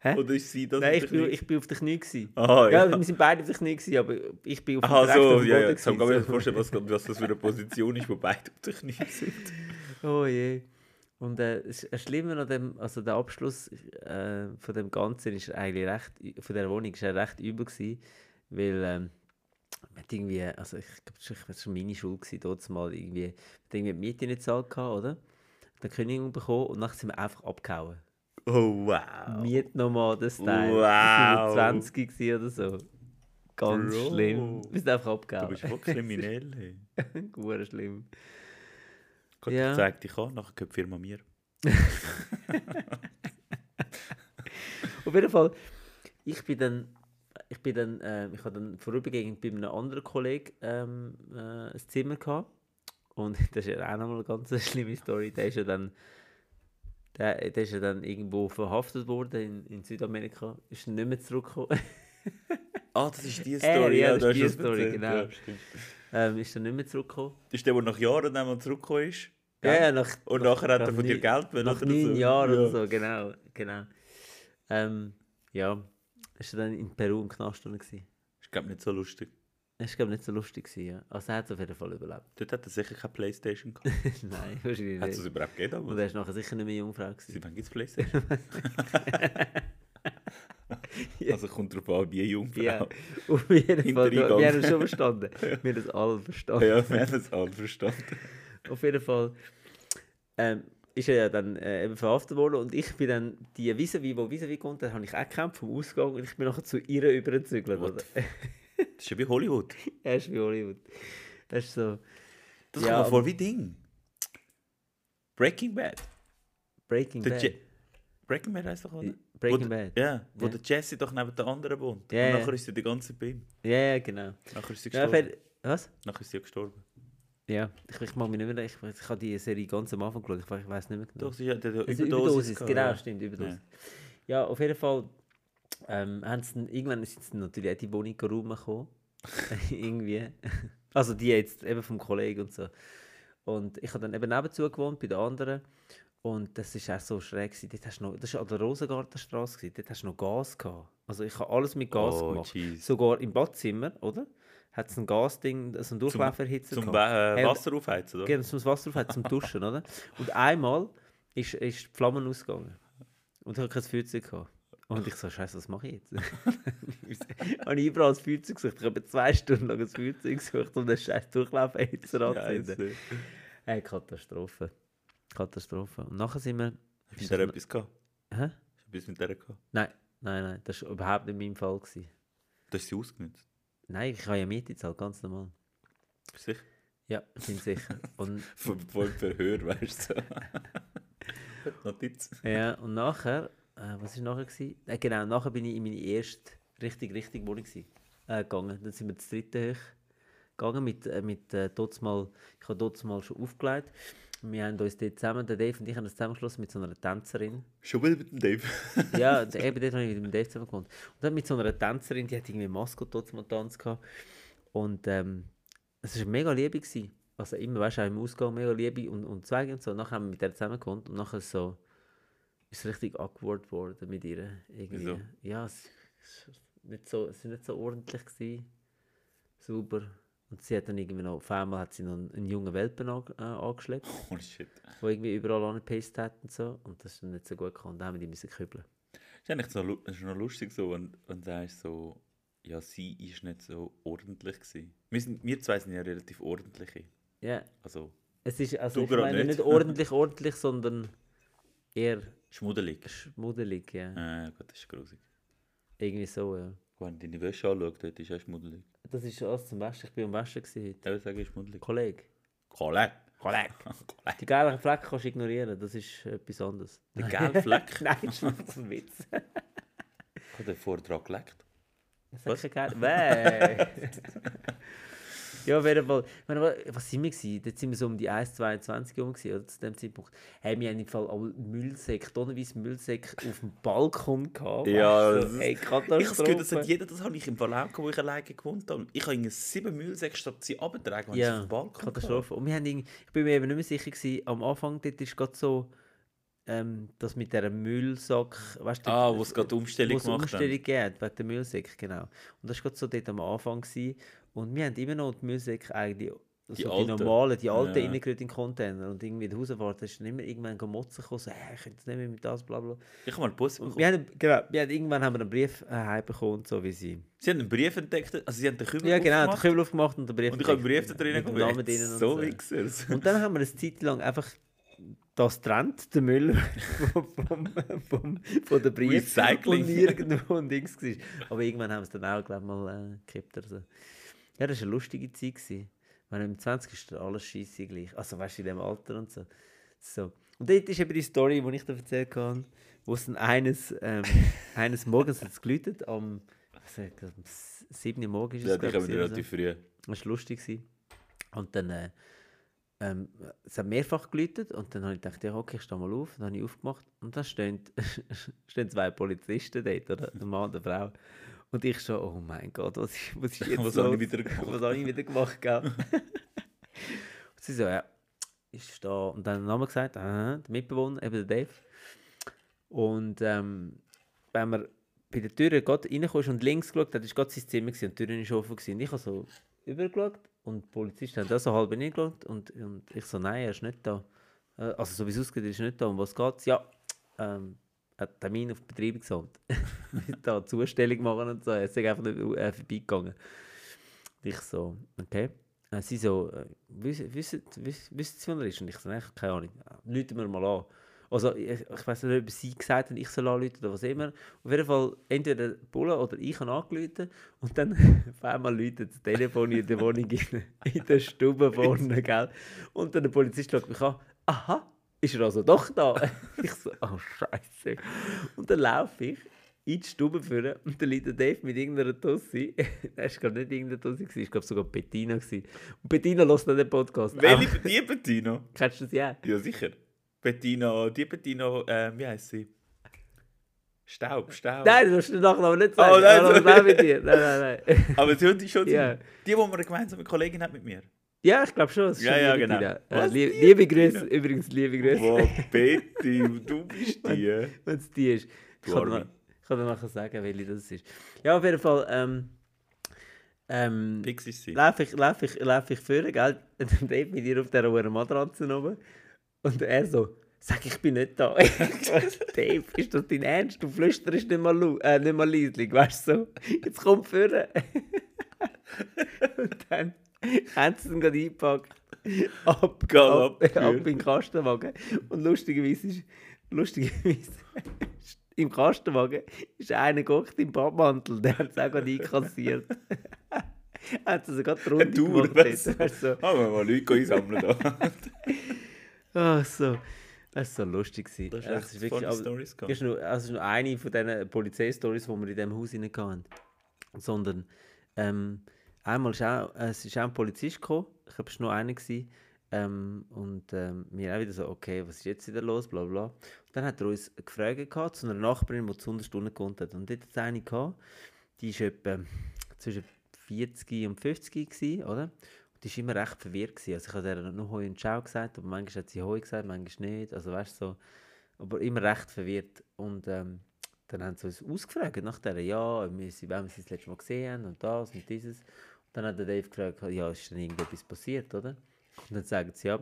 [SPEAKER 1] Hä?
[SPEAKER 2] Oder ist sie das
[SPEAKER 1] Nein,
[SPEAKER 2] mit
[SPEAKER 1] ich
[SPEAKER 2] den
[SPEAKER 1] bin,
[SPEAKER 2] Knien?
[SPEAKER 1] ich bin auf den Knie. Gewesen.
[SPEAKER 2] Ah,
[SPEAKER 1] ja.
[SPEAKER 2] ja.
[SPEAKER 1] wir sind beide auf den Knie, gewesen, aber ich bin auf dem
[SPEAKER 2] Aha,
[SPEAKER 1] rechten
[SPEAKER 2] so,
[SPEAKER 1] Boden
[SPEAKER 2] ja, ja. Jetzt
[SPEAKER 1] gewesen,
[SPEAKER 2] kann man
[SPEAKER 1] so.
[SPEAKER 2] sich vorstellen, was, was das für eine Position ist, wo beide auf den
[SPEAKER 1] <laughs>
[SPEAKER 2] Knien sind.
[SPEAKER 1] Oh je. Und äh, es ist- es ist schlimmer an dem, also der Abschluss äh, von dem Ganzen ist eigentlich recht, ü- von der Wohnung ist er recht übel gewesen, weil ähm, man hat irgendwie, also ich glaube, das war schon meine Schuld gewesen, dort mal irgendwie, man hat irgendwie die Miete nicht zahlt gehabt, oder? Dann Kündigung bekommen und nachher sind wir einfach abgehauen.
[SPEAKER 2] Oh, wow.
[SPEAKER 1] Mietnomaden-Style.
[SPEAKER 2] Wow.
[SPEAKER 1] Wir waren 20 gewesen oder so. Ganz
[SPEAKER 2] Bro.
[SPEAKER 1] schlimm. Wir sind einfach
[SPEAKER 2] Du
[SPEAKER 1] abgehauen. <laughs>
[SPEAKER 2] bist voll kriminell. hey.
[SPEAKER 1] Hure schlimm.
[SPEAKER 2] Gott,
[SPEAKER 1] Ja.
[SPEAKER 2] ich zeig dich an, nachher gehört die Firma mir.
[SPEAKER 1] Auf jeden Fall, ich bin dann, ich bin dann, ähm, ich habe dann vorübergehend bei einem anderen Kollegen ähm, äh, ein Zimmer gehabt. Und <laughs> das ist ja auch nochmal eine ganz schlimme Story. Der ist ja dann, der, der ist ja dann irgendwo verhaftet worden in, in Südamerika. Ist dann nicht mehr zurückgekommen. <laughs>
[SPEAKER 2] Ah, das ist die
[SPEAKER 1] Äh,
[SPEAKER 2] Story.
[SPEAKER 1] ja,
[SPEAKER 2] ja,
[SPEAKER 1] das
[SPEAKER 2] du
[SPEAKER 1] ist
[SPEAKER 2] hast
[SPEAKER 1] die
[SPEAKER 2] das
[SPEAKER 1] Story,
[SPEAKER 2] erzählt,
[SPEAKER 1] genau.
[SPEAKER 2] ja, stimmt.
[SPEAKER 1] ähm, ist dann nicht mehr zurückgekommen.
[SPEAKER 2] Das ist der, der nach Jahren dann mal zurückgekommen ist.
[SPEAKER 1] Ja,
[SPEAKER 2] gell?
[SPEAKER 1] ja, nach,
[SPEAKER 2] Und
[SPEAKER 1] nach-
[SPEAKER 2] nachher hat er
[SPEAKER 1] nach
[SPEAKER 2] von dir
[SPEAKER 1] nie-
[SPEAKER 2] Geld wollen.
[SPEAKER 1] Nach
[SPEAKER 2] oder
[SPEAKER 1] neun Jahren
[SPEAKER 2] Ja.
[SPEAKER 1] oder so, genau. genau. Ähm, ja, ist er dann in Peru im Knast. drin gewesen.
[SPEAKER 2] Ist, glaube nicht so lustig.
[SPEAKER 1] Das war, glaube nicht so lustig. Gewesen, ja. Also, er hat es auf jeden Fall überlebt.
[SPEAKER 2] Dort hat er sicher keine Playstation gehabt.
[SPEAKER 1] <laughs> Nein, wahrscheinlich
[SPEAKER 2] hat es
[SPEAKER 1] nicht.
[SPEAKER 2] überhaupt gegeben
[SPEAKER 1] Und
[SPEAKER 2] damals?
[SPEAKER 1] er war nachher sicher nicht mehr Jungfrau. Gewesen.
[SPEAKER 2] Seit wann gibt es <laughs> Playstation? Also kommt drauf an, wie
[SPEAKER 1] <laughs>
[SPEAKER 2] jung <laughs> genau.
[SPEAKER 1] Ja,
[SPEAKER 2] Frau.
[SPEAKER 1] auf jeden Fall. Wir
[SPEAKER 2] Hintereingang.
[SPEAKER 1] haben es schon
[SPEAKER 2] <laughs>
[SPEAKER 1] verstanden. Wir haben es alle verstanden.
[SPEAKER 2] Ja, wir haben es alle verstanden.
[SPEAKER 1] Auf jeden Fall ähm, ist er ja dann äh, eben verhaftet worden und ich bin dann die Vis-a-vis, die Vis-a-vis kommt, dann habe ich auch gekämpft vom Ausgang und ich bin nachher zu ihr übergezügelt.
[SPEAKER 2] What
[SPEAKER 1] oder?
[SPEAKER 2] <laughs> Das ist ja wie Hollywood.
[SPEAKER 1] <laughs> er ist wie Hollywood. Er ist so
[SPEAKER 2] Das
[SPEAKER 1] Ja,
[SPEAKER 2] kommt mir vor
[SPEAKER 1] aber-
[SPEAKER 2] wie Ding. Breaking Bad.
[SPEAKER 1] Breaking
[SPEAKER 2] Der
[SPEAKER 1] Bad.
[SPEAKER 2] Je Breaking Bad heißt doch, oder?
[SPEAKER 1] Breaking
[SPEAKER 2] wo der-
[SPEAKER 1] Bad.
[SPEAKER 2] Ja, wo
[SPEAKER 1] Ja.
[SPEAKER 2] der Jesse doch neben der anderen wohnt.
[SPEAKER 1] Ja,
[SPEAKER 2] Und
[SPEAKER 1] ja.
[SPEAKER 2] nachher ist sie die ganze bei ihm.
[SPEAKER 1] Ja, ja, genau.
[SPEAKER 2] Nachher ist sie
[SPEAKER 1] Ja,
[SPEAKER 2] gestorben.
[SPEAKER 1] Fer- was?
[SPEAKER 2] nachher ist sie ja gestorben.
[SPEAKER 1] Ja, ich, ich mag mich nicht mehr, ich, ich habe die Serie ganz am Anfang geschaut, ich, we- ich weiß nicht mehr genau.
[SPEAKER 2] Doch, sie hat ja eine
[SPEAKER 1] Also
[SPEAKER 2] Überdosis.
[SPEAKER 1] Überdosis,
[SPEAKER 2] gehabt,
[SPEAKER 1] genau,
[SPEAKER 2] ja.
[SPEAKER 1] stimmt, Überdosis. Ja. auf jeden Fall ähm, haben sie dann, irgendwann sind sie natürlich auch die Wohnung rumgekommen. <laughs> Irgendwie. Also die jetzt eben vom Kollegen und so. Und ich habe dann eben nebenzu gewohnt bei den anderen. Und das war auch so schräg. Gewesen. Dort hast du noch, das war an der Rosengartenstraße. gewesen. Dort hast du noch Gas gehabt. Also ich habe alles mit Gas
[SPEAKER 2] Oh,
[SPEAKER 1] gemacht.
[SPEAKER 2] jeez.
[SPEAKER 1] Sogar im Badzimmer, oder? Hat es ein Gasding, so einen Durchlauferhitzer
[SPEAKER 2] Zum
[SPEAKER 1] gehabt.
[SPEAKER 2] Wa- äh,
[SPEAKER 1] Hey, und- <laughs>
[SPEAKER 2] Wasser aufheizen, oder?
[SPEAKER 1] Genau, zum das Wasser aufheizen, zum Duschen, oder? Und einmal ist, ist die Flamme ausgegangen. Und ich hatte kein Feuerzeug. Gehabt. Und ich so, Scheiße, was mache ich jetzt? <laughs> habe ich überall ein Feuerzeug gesucht. Ich habe zwei Stunden lang ein Feuerzeug gesucht, um den scheiß Durchlauf zu
[SPEAKER 2] Ja, jetzt,
[SPEAKER 1] anzünden.
[SPEAKER 2] äh,
[SPEAKER 1] Ey, Katastrophe. Katastrophe. Und nachher sind wir.
[SPEAKER 2] Hast du mit der etwas gehabt?
[SPEAKER 1] Hä?
[SPEAKER 2] Hast du etwas mit der gehabt?
[SPEAKER 1] Nein, nein, nein, das war überhaupt nicht mein Fall. Gewesen.
[SPEAKER 2] Du hast sie ausgenutzt.
[SPEAKER 1] Nein, ich habe ja Miete gezahlt, ganz normal.
[SPEAKER 2] Sicher.
[SPEAKER 1] Ja, sind sicher. Und,
[SPEAKER 2] Vom, vom Verhör, weißt du. <laughs> so. Notiz.
[SPEAKER 1] ja, und nachher, äh, was war nachher? Gewesen? Äh, genau, nachher bin ich in meine erste richtig, richtig Wohnung gewesen, äh, gegangen. Dann sind wir das dritte hoch gegangen mit, äh, mit äh, mal, ich habe dort mal schon aufgelegt. Wir haben uns dort zusammen, der Dave und ich haben uns zusammengeschlossen mit so einer Tänzerin.
[SPEAKER 2] Schon wieder mit dem Dave.
[SPEAKER 1] ja, d- eben dort habe ich mit dem Dave zusammen gewohnt. Und dann mit so einer Tänzerin, die hat irgendwie Maske trotzdem mal Tanz gehabt. Und ähm, es war mega Liebe. Gewesen. Also immer, weißt du, auch im Ausgang mega Liebe und, und Zweige und so. Nachher haben wir mit der zusammen gewohnt und nachher so ist es richtig awkward geworden mit ihr. Irgendwie.
[SPEAKER 2] Wieso?
[SPEAKER 1] Ja, es es war nicht so, es war nicht so ordentlich. Gewesen. Sauber. Und sie hat dann irgendwie noch, auf einmal hat sie noch einen, einen jungen Welpen an, äh, angeschleppt,
[SPEAKER 2] Holy shit. Ist
[SPEAKER 1] der irgendwie überall angepisst hat und so. Und das ist dann nicht so gut gekommen. Und dann haben wir die müssen kübeln.
[SPEAKER 2] eigentlich so, lu- ist noch lustig so, wenn, wenn du sagst so, ja, sie ist nicht so ordentlich gewesen. Wir, sind, wir zwei sind ja relativ ordentliche.
[SPEAKER 1] Ja.
[SPEAKER 2] Also,
[SPEAKER 1] Es ist also
[SPEAKER 2] Du
[SPEAKER 1] ich
[SPEAKER 2] grad
[SPEAKER 1] meine
[SPEAKER 2] nicht.
[SPEAKER 1] nicht ordentlich ordentlich, sondern eher
[SPEAKER 2] schmuddelig.
[SPEAKER 1] schmuddelig, ja.
[SPEAKER 2] Äh, Gott, das ist grusig.
[SPEAKER 1] Irgendwie so, ja.
[SPEAKER 2] Wenn du deine Wäsche anschaust, dort ist auch schmuddelig.
[SPEAKER 1] Das ist alles zum Waschen. Ich bin am Waschen gewesen heute.
[SPEAKER 2] Ich würde sagen, schmuddelig.
[SPEAKER 1] Kollege,
[SPEAKER 2] Kollege. Kollege. <laughs> Kollege.
[SPEAKER 1] die gelben Flecken kannst du ignorieren, das ist etwas anderes.
[SPEAKER 2] Der gelbe Fleck.
[SPEAKER 1] <laughs> Nein, das ist ein Witz.
[SPEAKER 2] Hat er vorher dran gelegt?
[SPEAKER 1] Das Was? Nein. <laughs> ja, auf jeden Fall. Ich meine, wa- was sind wir gewesen? Dort sind wir so um die 1,22 Uhr gewesen, oder zu dem Zeitpunkt. Hey, wir haben im Fall auch Müllsäcke, tonnenweise Müllsäcke auf dem Balkon gehabt.
[SPEAKER 2] Ja,
[SPEAKER 1] weißt du?
[SPEAKER 2] das ist-
[SPEAKER 1] Hey,
[SPEAKER 2] Ich habe das Gefühl, das
[SPEAKER 1] Katastrophe.
[SPEAKER 2] hat jeder, das habe ich im Verlauf, wo ich alleine gewohnt habe. Ich habe irgendwie sieben Müllsäcke statt sie abtragen, wenn ich auf
[SPEAKER 1] Ja,
[SPEAKER 2] den Balkon
[SPEAKER 1] Katastrophe. Und wir haben irgendwie, ich bin mir eben nicht mehr sicher gewesen, am Anfang, dort ist gerade so, ähm, das mit dieser Müllsack, weißt äh,
[SPEAKER 2] kam. Ah, wo es gerade Umstellung
[SPEAKER 1] wo es eine
[SPEAKER 2] gemacht
[SPEAKER 1] Umstellung
[SPEAKER 2] haben.
[SPEAKER 1] gegeben hat, wegen der Müllsäcke, genau. Und das war gerade so dort am Anfang gewesen. Und wir haben immer noch die Müllsäcke eigentlich,
[SPEAKER 2] Die
[SPEAKER 1] so die
[SPEAKER 2] alten.
[SPEAKER 1] normalen, die alten,
[SPEAKER 2] Ja.
[SPEAKER 1] ja. in den Container. Und irgendwie in der Hausfahrt ist dann immer irgendwann gemotzen gekommen, so, hey, ich könnte es nicht mehr mit das, bla bla.
[SPEAKER 2] Ich habe mal einen Bus bekommen.
[SPEAKER 1] Wir haben, genau, wir haben, irgendwann haben wir einen Brief äh, heimbekommen, und so wie sie.
[SPEAKER 2] Sie haben einen Brief entdeckt, also sie haben den Kübel
[SPEAKER 1] Ja, genau, den
[SPEAKER 2] aufgemacht
[SPEAKER 1] Kübel aufgemacht und den Brief.
[SPEAKER 2] und ich habe einen Brief
[SPEAKER 1] entdeckt,
[SPEAKER 2] da drinnen
[SPEAKER 1] mit dem
[SPEAKER 2] gemacht.
[SPEAKER 1] Namen drinnen und
[SPEAKER 2] So Wichsers.
[SPEAKER 1] Und dann haben wir eine Zeit lang einfach das trennt, den Müll <laughs> vom, vom, vom, von der Brief
[SPEAKER 2] Recycling.
[SPEAKER 1] und nirgendwo ein Dings war. Aber irgendwann haben wir es dann auch glaub, mal äh, gekippt. oder so. Ja, das war eine lustige Zeit. Gewesen. Weil im 20. ist dir alles scheisse gleich. Also weißt du, in diesem Alter und so. so. Und dort ist eben die Story, die ich dir erzählt habe, wo es dann eines,
[SPEAKER 2] <laughs>
[SPEAKER 1] ähm, eines Morgens hat es geläutet, am, was, ich glaub, am 7. Uhr morgens ist
[SPEAKER 2] Ja,
[SPEAKER 1] es
[SPEAKER 2] die
[SPEAKER 1] glaub,
[SPEAKER 2] kommen
[SPEAKER 1] gewesen oder so.
[SPEAKER 2] relativ früh.
[SPEAKER 1] Das war lustig. Gewesen. Und dann, äh, ähm, es hat mehrfach geläutet und dann habe ich gedacht, ja, okay, ich stehe mal auf. Dann habe ich aufgemacht und dann stehen, <laughs> stehen zwei Polizisten dort,
[SPEAKER 2] <laughs>
[SPEAKER 1] oder? Ein Mann und eine Frau. Und ich schon, oh mein Gott, was ist, was ist jetzt
[SPEAKER 2] Was
[SPEAKER 1] los?
[SPEAKER 2] habe ich wieder gemacht?
[SPEAKER 1] Was habe ich wieder gemacht, gell?
[SPEAKER 2] <laughs>
[SPEAKER 1] und sie so, ja, ist da. Und dann haben wir Namen gesagt, aha, der Mitbewohner, eben der Dave. Und ähm, wenn man bei der Tür gerade reinkommst und links geschaut hat, war gerade sein Zimmer gewesen, und die Tür war offen. Gewesen. Und ich habe so übergeschaut und die Polizisten haben da so halb reingeschaut und, und ich so, nein, er ist nicht da. Äh, Also so wie es ausgeht, er ist nicht da. Um was geht's? Ja, ähm, er hat Termin auf <laughs> Betriebungsamt. da Zustellung machen und so. Er ist einfach nicht äh, vorbeigegangen. Und ich so, okay. Äh, sie so, äh, wissen, wissen, wissen, wissen Sie, wo er ist? Und ich so, nein, ich hab keine Ahnung. Leuten wir mal an. Also, ich, ich weiß nicht, ob sie gesagt haben, ich soll anrufen oder was immer. Auf jeden Fall, entweder der Bulle oder ich habe angerufen und dann <laughs> auf einmal läutet das Telefon in der Wohnung in, in der Stube vorne, gell? Und dann der Polizist schaut mich an, aha, ist er also doch da? ich so, oh Scheiße. Und dann laufe ich in die Stube führen und dann liegt der Dave mit irgendeiner Tussi. <laughs> das war gar nicht irgendeine Tussi, gewesen, ich glaube sogar Bettina. Gewesen. Und Bettina hört dann den Podcast. Auch.
[SPEAKER 2] Welche die Bettina?
[SPEAKER 1] Kennst du das ja?
[SPEAKER 2] Ja, sicher. Bettina, die Bettina, ähm, wie heisst sie? Staub, Staub.
[SPEAKER 1] Nein, du darfst den Nachnamen nicht sagen.
[SPEAKER 2] Oh, nein,
[SPEAKER 1] Aber
[SPEAKER 2] sorry.
[SPEAKER 1] nein, mit dir. Nein, nein, nein.
[SPEAKER 2] Aber sie Ah, die schon. die-
[SPEAKER 1] Ja.
[SPEAKER 2] Die, die man eine gemeinsame Kollegin hat mit mir.
[SPEAKER 1] Ja, ich glaube schon. es ist
[SPEAKER 2] Ja,
[SPEAKER 1] schon
[SPEAKER 2] ja,
[SPEAKER 1] die
[SPEAKER 2] genau.
[SPEAKER 1] Bettina. Äh,
[SPEAKER 2] Was,
[SPEAKER 1] lieb,
[SPEAKER 2] die
[SPEAKER 1] liebe
[SPEAKER 2] Bettina?
[SPEAKER 1] Grüße, übrigens, liebe Grüße,
[SPEAKER 2] Wow, Betty, du bist die.
[SPEAKER 1] <laughs> wenn es die ist. Ich
[SPEAKER 2] Du
[SPEAKER 1] kann,
[SPEAKER 2] Arme.
[SPEAKER 1] dir- ich kann dir nachher sagen, welche das ist. Ja, auf jeden Fall. Ähm, ähm,
[SPEAKER 2] Pix ist sie.
[SPEAKER 1] laufe ich, laufe ich, laufe ich führen, gell? <laughs> Und dann dreht mit ihr auf dieser hohen Matratze oben. Und er so, sag, ich bin nicht da. <laughs> Ich so, Dave, ist das dein Ernst? Du flüsterst nicht mal, lau- äh, nicht mal leislich, weißt du? So. Jetzt komm führen. <laughs> Und dann haben sie ihn gerade eingepackt. Ab, ab,
[SPEAKER 2] Galopp
[SPEAKER 1] ab
[SPEAKER 2] geführt.
[SPEAKER 1] in den Kastenwagen. Und lustigerweise ist, lustigerweise <laughs> ist im Kastenwagen ist einer gehockt im Badmantel. Der hat es auch gerade einkassiert. Hat sie sogar die Runde
[SPEAKER 2] Eine Tour,
[SPEAKER 1] gemacht.
[SPEAKER 2] weißt
[SPEAKER 1] dort. Also, Weisst du, so.
[SPEAKER 2] du? Ah, wir mal Leute einsammeln
[SPEAKER 1] <laughs>
[SPEAKER 2] da.
[SPEAKER 1] Ah, so. Es war so lustig. gewesen.
[SPEAKER 2] Das ist
[SPEAKER 1] Äh,
[SPEAKER 2] echt
[SPEAKER 1] es ist wirklich,
[SPEAKER 2] funny
[SPEAKER 1] aber-
[SPEAKER 2] Stories
[SPEAKER 1] Das ist
[SPEAKER 2] gehabt.
[SPEAKER 1] nur, also es ist nur eine von diesen Polizeistories, die wir in diesem Haus hinein hatten. Sondern ähm, einmal ist auch, es ist auch ein Polizist gekommen, ich glaube, es war nur einer. Gewesen, ähm, und ähm, wir auch wieder so, okay, was ist jetzt wieder los, bla bla. Und dann hat er uns gefragt gehabt, zu einer Nachbarin, die zu Stunden gewohnt hat. Und dort hat es eine gehabt, die war etwa zwischen 40 und 50 gewesen, oder? Und die war immer recht verwirrt. Gewesen. Also ich habe ihr nur Hoi und Ciao gesagt, aber manchmal hat sie Hoi gesagt, manchmal nicht. Also weißt du, so, aber immer recht verwirrt. Und ähm, dann haben sie uns ausgefragt nach dieser, ja, ob wir sie, wem sie das letzte Mal gesehen haben und das und dieses. Und dann hat der Dave gefragt, ja, ist denn irgendetwas passiert, oder? Und dann sagen sie, ja.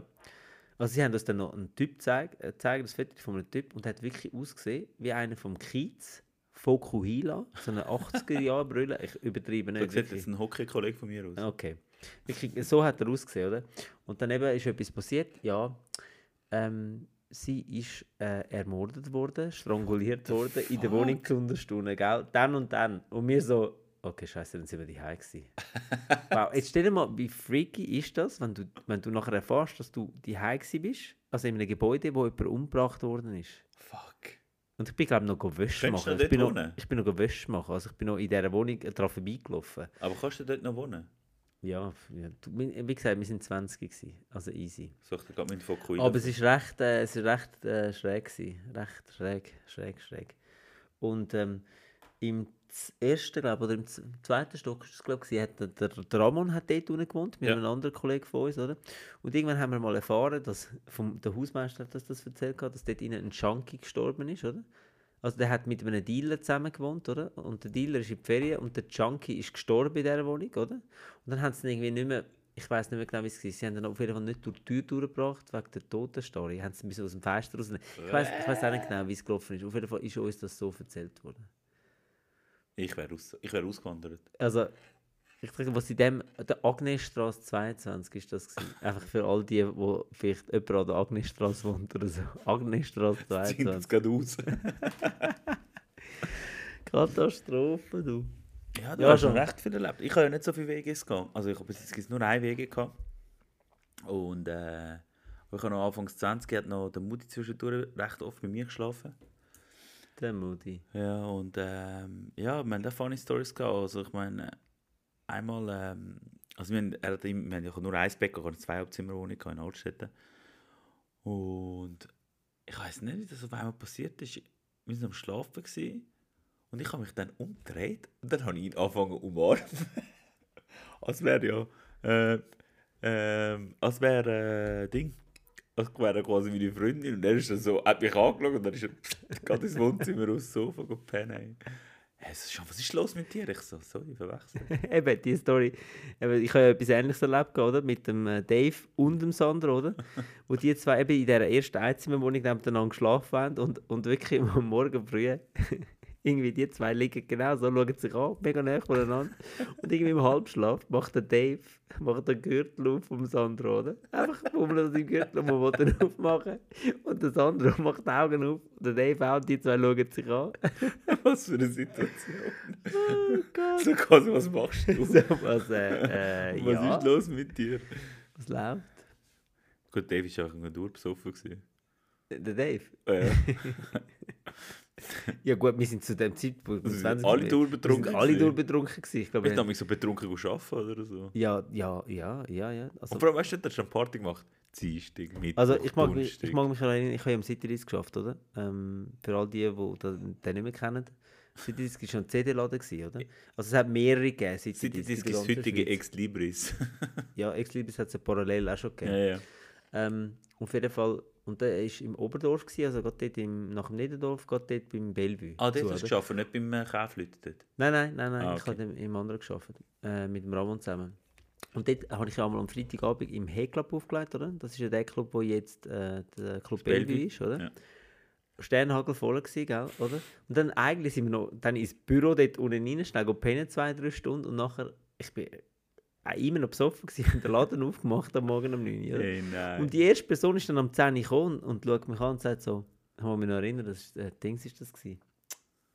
[SPEAKER 1] Also sie haben uns dann noch einen Typ gezeigt, äh, gezeigt das Foto von einem Typ, und der hat wirklich ausgesehen wie einer vom Kiez, Fokuhila, so eine 80er-Jahre-Brille, ich übertreibe
[SPEAKER 2] Da
[SPEAKER 1] nicht.
[SPEAKER 2] sieht
[SPEAKER 1] wirklich.
[SPEAKER 2] jetzt ein Hockey-Kollege von mir aus.
[SPEAKER 1] Ah, Okay. Wirklich, so hat er ausgesehen, oder? Und dann eben ist etwas passiert, ja. Ähm, sie ist äh, ermordet worden, stranguliert worden, in der Wohnung zu Unterstunde, gell? Dann und dann. Und wir so, okay, scheiße, dann sind wir die gewesen.
[SPEAKER 2] <laughs>
[SPEAKER 1] wow, jetzt stell dir mal, wie freaky ist das, wenn du, wenn du nachher erfährst, dass du die gewesen bist, also in einem Gebäude, wo jemand umgebracht worden ist.
[SPEAKER 2] Fuck.
[SPEAKER 1] Und ich bin, glaube ich, noch go Wäsche
[SPEAKER 2] Könntest du
[SPEAKER 1] machen.
[SPEAKER 2] noch
[SPEAKER 1] Ich bin
[SPEAKER 2] dort
[SPEAKER 1] noch,
[SPEAKER 2] wohnen?
[SPEAKER 1] ich bin noch go Wäsche machen. Also ich bin noch in dieser Wohnung dran vorbeigelaufen.
[SPEAKER 2] Aber kannst du dort noch wohnen?
[SPEAKER 1] Ja, f- ja du, mi- wie gesagt, wir sind 20 gewesen, also easy.
[SPEAKER 2] Such dir gerade meinen Fokus.
[SPEAKER 1] Aber es ist recht, äh, es ist recht äh, schräg gewesen. recht schräg, schräg, schräg. Und ähm, im z- ersten, glaube oder im z- zweiten Stock, ist es, glaub, gewesen, hat der, der der Ramon hat dort unten gewohnt, mit
[SPEAKER 2] Ja.
[SPEAKER 1] einem anderen Kollegen von uns, oder? Und irgendwann haben wir mal erfahren, dass vom, der Hausmeister hat das, das erzählt hat, dass dort innen ein Junkie gestorben ist, oder? Also der hat mit einem Dealer zusammen gewohnt, oder? Und der Dealer ist in die Ferien und der Junkie ist gestorben in dieser Wohnung, oder? Und dann haben sie ihn irgendwie nicht mehr, ich weiß nicht mehr genau, wie es war, sie haben ihn auf jeden Fall nicht durch die Tür durchgebracht, wegen der Totenstory, haben sie ein bisschen aus dem Fenster raus. Ich weiß ich weiss auch nicht genau, wie es gelaufen ist. Auf jeden Fall ist uns das so erzählt worden.
[SPEAKER 2] Ich wäre aus, ich wär ausgewandert.
[SPEAKER 1] Also, ich denke, was in dem, der Agnesstraße 22 ist das gewesen. Einfach für all die, die vielleicht jemand an der Agnesstraße wohnt oder so. Agnesstraße
[SPEAKER 2] Sind
[SPEAKER 1] 22.
[SPEAKER 2] jetzt
[SPEAKER 1] <laughs>
[SPEAKER 2] gerade aus.
[SPEAKER 1] Katastrophe, du.
[SPEAKER 2] Ja,
[SPEAKER 1] Ja,
[SPEAKER 2] du hast
[SPEAKER 1] schon.
[SPEAKER 2] schon recht viel erlebt. Ich habe ja nicht so viele Wege gehabt. Also ich habe bis jetzt nur einen Wege gehabt. Und äh, ich habe noch Anfangs 20 hat noch der Mutti zwischendurch recht oft bei mir geschlafen.
[SPEAKER 1] Der Moody.
[SPEAKER 2] Ja, und ähm, ja, wir haben auch funny Stories gehabt. Also ich meine, einmal, ähm, also wir haben, er hat ihm, wir haben ja nur ein Bett, gehabt, ich hatte zwei Hauptzimmerwohnungen gehabt in Altstädten. Und ich weiß nicht, wie das auf einmal passiert ist. Wir waren am Schlafen gewesen, und ich habe mich dann umgedreht und dann habe ich ihn angefangen zu umarmen. <laughs> als wäre ja, äh, ähm, als wäre äh, Ding. Als wäre er quasi meine Freundin und er ist dann so, hat mich angeschaut und dann ist er <laughs> gerade ins Wohnzimmer raus, Sofa, go pennen. Hey, so, Jean, was ist los mit dir? Ich so, sorry, verwechselt.
[SPEAKER 1] <laughs> Eben, die Story. Eben, ich habe ja etwas Ähnliches erlebt, gehabt, oder? Mit dem äh, Dave und dem Sandro,
[SPEAKER 2] <laughs>
[SPEAKER 1] oder? Wo die zwei eben in dieser ersten Einzimmerwohnung nebeneinander geschlafen haben und, und wirklich am <laughs> Morgen früh irgendwie die zwei liegen genau so, schauen sich an, mega nah voneinander. Und irgendwie im Halbschlaf macht der Dave macht den Gürtel auf vom Sandro, oder? Einfach bummelt den Gürtel und man will den aufmachen. Und der Sandro <laughs> macht die Augen auf, der Dave auch, und die zwei schauen sich an.
[SPEAKER 2] was für eine Situation.
[SPEAKER 1] Oh Gott.
[SPEAKER 2] So quasi, <laughs> was machst du?
[SPEAKER 1] <laughs> So, was, äh, äh,
[SPEAKER 2] was
[SPEAKER 1] ja.
[SPEAKER 2] ist los mit dir?
[SPEAKER 1] Was läuft?
[SPEAKER 2] Gut, Dave war einfach nur durchbesoffen. gewesen.
[SPEAKER 1] Der Dave?
[SPEAKER 2] Äh,
[SPEAKER 1] <laughs> Ja gut, wir sind zu dem Zeitpunkt...
[SPEAKER 2] Also, wir
[SPEAKER 1] wir
[SPEAKER 2] sind alle durchbetrunken
[SPEAKER 1] Wir sind alle
[SPEAKER 2] gewesen.
[SPEAKER 1] durchbetrunken gewesen. Ich glaube,
[SPEAKER 2] ich
[SPEAKER 1] wir
[SPEAKER 2] habe
[SPEAKER 1] haben-
[SPEAKER 2] mich so betrunken go arbeiten oder so.
[SPEAKER 1] ja, ja, ja, ja, ja. Also,
[SPEAKER 2] Und vor allem, weißt du, da hast du eine Party gemacht. Dienstag, Mittwoch,
[SPEAKER 1] also ich, mag mich,
[SPEAKER 2] Donnerstag.
[SPEAKER 1] ich mag mich schon erinnern, ich habe ja am Citylis geschafft, oder? Ähm, für all die, die den, den nicht mehr kennen. Citylis war schon ein CD-Laden, gewesen, oder? Also es hat mehrere gegeben,
[SPEAKER 2] Seit
[SPEAKER 1] Citylis.
[SPEAKER 2] die
[SPEAKER 1] in der
[SPEAKER 2] Diskus
[SPEAKER 1] ganzen
[SPEAKER 2] heutige
[SPEAKER 1] Schweiz.
[SPEAKER 2] Ex-Libris.
[SPEAKER 1] Ja, Ex-Libris hat es ja parallel auch schon gegeben.
[SPEAKER 2] <laughs> ja, ja.
[SPEAKER 1] Ähm, auf jeden Fall, und der war im Oberdorf, gewesen, also gerade dort im, nach dem Niederdorf, gerade dort beim Bellevue.
[SPEAKER 2] Ah, dort
[SPEAKER 1] zu,
[SPEAKER 2] hast du
[SPEAKER 1] oder?
[SPEAKER 2] geschafft, nicht beim äh, Kaufleuten dort.
[SPEAKER 1] Nein, nein, nein, nein.
[SPEAKER 2] Ah,
[SPEAKER 1] Ich habe im- im anderen geschafft. Äh, mit dem Ramon zusammen. Und dort habe ich ja einmal am Freitagabend im Hey-Club aufgelegt, oder? Das ist ja der Club, wo jetzt äh, der Club Bellevue
[SPEAKER 2] Bellevue,
[SPEAKER 1] ist, oder?
[SPEAKER 2] ja.
[SPEAKER 1] Sternhagel voll gewesen, gell, oder? Und dann eigentlich sind wir noch dann ins Büro dort unten rein, schnell gehen pennen zwei, drei Stunden und nachher, ich bin auch immer noch besoffen gewesen, <laughs> und den Laden aufgemacht am Morgen um 9 Uhr. oder?
[SPEAKER 2] Hey, nein.
[SPEAKER 1] Und die erste Person ist dann am 10 Uhr gekommen und schaut mich an und sagt so, ich muss mich noch erinnern, das ist, äh, Dings ist das gewesen.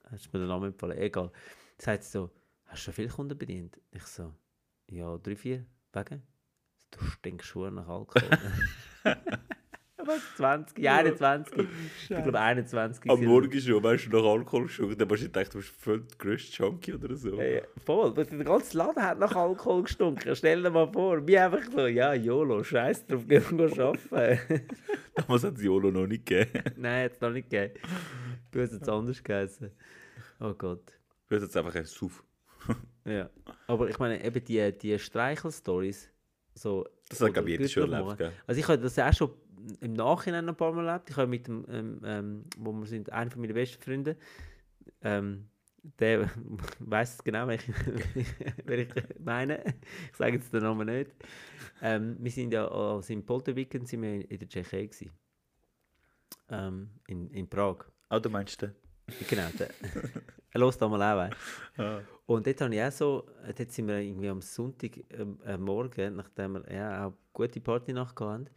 [SPEAKER 1] Hast du mir den Namen empfohlen? Egal. Sagt sie so, hast du schon viele Kunden bedient? Ich so, Ja, drei, vier. Wegen? Du stinkst schon nach
[SPEAKER 2] <laughs>
[SPEAKER 1] Alkohol. <laughs> Was? 20? Ja, 21. Ich glaube 21.
[SPEAKER 2] Am
[SPEAKER 1] gewesen.
[SPEAKER 2] Morgen schon, weißt du, nach Alkohol geschunken, dann hast du gedacht, du bist voll der grösste Junkie oder so.
[SPEAKER 1] Ja, ja, voll. weil Der ganze Laden hat nach Alkohol gestunken. Stell dir mal vor, wir einfach so, ja, YOLO, scheiß drauf, gehen wir arbeiten.
[SPEAKER 2] Damals hat es YOLO noch nicht gegeben. <laughs>
[SPEAKER 1] Nein, jetzt noch nicht gegeben. Du hast jetzt anders geheißen. Oh Gott.
[SPEAKER 2] Du hast jetzt einfach einen Suff.
[SPEAKER 1] Ja. Aber ich meine, eben die, die Streichel-Stories. So,
[SPEAKER 2] Das hat,
[SPEAKER 1] oder
[SPEAKER 2] glaube ich, jeder schon
[SPEAKER 1] Gütermauer.
[SPEAKER 2] erlebt. gell?
[SPEAKER 1] Also ich habe das auch schon im Nachhinein ein paar Mal erlebt. Ich habe mit dem, ähm, ähm, wo wir sind, einer von meiner besten Freunde, ähm, der <laughs> weiß es genau, wer ich, <laughs> wer ich meine. Ich sage jetzt den Namen nicht. Ähm, wir sind ja als im Polterweekend sind wir in, in der Tschechei gewesen. Ähm, in, in Prag.
[SPEAKER 2] Ah, du meinst den?
[SPEAKER 1] Genau. Der, <laughs> los da mal auch. ey.
[SPEAKER 2] Ah.
[SPEAKER 1] Und dort habe ich auch so, dort sind wir irgendwie am Sonntag ähm, äh, Morgen, nachdem wir ja, auch eine gute Partynacht hatten,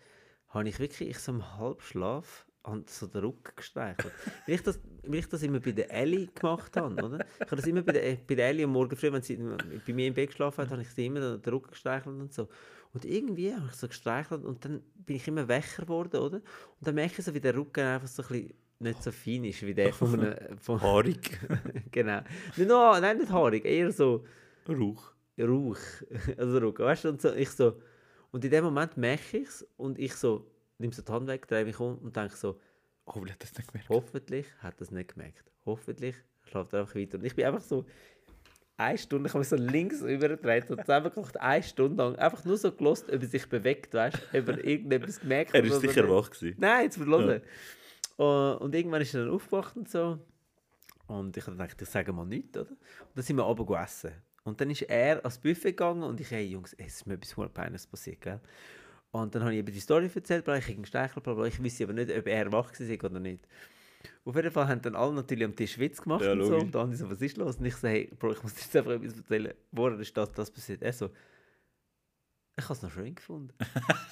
[SPEAKER 1] habe ich wirklich ich so im Halbschlaf an so den Rücken gestreichelt. weil, ich das, weil ich das immer bei der Ellie gemacht habe, oder? Ich habe das immer bei der, äh, bei der Ellie am Morgen früh, wenn sie bei mir im Bett geschlafen hat, habe ich sie immer an den Rücken gestreichelt und so. Und irgendwie habe ich so gestreichelt und dann bin ich immer wächer geworden, oder? Und dann merke ich so, wie der Rücken einfach so ein bisschen nicht so fein ist, wie der von einem...
[SPEAKER 2] <laughs>
[SPEAKER 1] Von,
[SPEAKER 2] Haarig.
[SPEAKER 1] <laughs> genau. Nicht nur, nein, nicht haarig, eher so
[SPEAKER 2] Rauch.
[SPEAKER 1] Rauch. <laughs> Also Rauch, weißt du? Und, so, ich so, und in dem Moment merke ich es und ich so, nimm so die Hand weg, drehe mich um und denke so,
[SPEAKER 2] Oh, will das nicht gemerkt?
[SPEAKER 1] hoffentlich hat er es nicht gemerkt. Hoffentlich schläft er einfach weiter. Und ich bin einfach so, eine Stunde, ich habe mich so links übergedreht und zusammengemacht, eine Stunde lang, einfach nur so gelost, ob er sich bewegt, weißt du, ob er irgendetwas gemerkt
[SPEAKER 2] Er
[SPEAKER 1] hat
[SPEAKER 2] war
[SPEAKER 1] oder
[SPEAKER 2] sicher
[SPEAKER 1] nicht.
[SPEAKER 2] wach. Gewesen.
[SPEAKER 1] Nein, jetzt verloren. Ja. Und irgendwann ist er dann aufgewacht und so. Und ich habe gedacht, ich sage mal nichts, oder? Und dann sind wir oben gegessen. Und dann ist er ans Buffet gegangen und ich, hey Jungs, es ist mir etwas verdammt Peinliches passiert, gell? Und dann habe ich eben die Story erzählt, bla, ich kriege einen Steichel, bla, bla. Ich wüsste aber nicht, ob er wach war oder nicht. Auf jeden Fall haben dann alle natürlich am Tisch Witz gemacht
[SPEAKER 2] Ja,
[SPEAKER 1] und so.
[SPEAKER 2] logisch.
[SPEAKER 1] Und dann so, was ist los? Und ich so, hey, Bro, ich muss dir jetzt einfach etwas erzählen. Woran ist das, das passiert? Er so, ich habe es noch schön gefunden.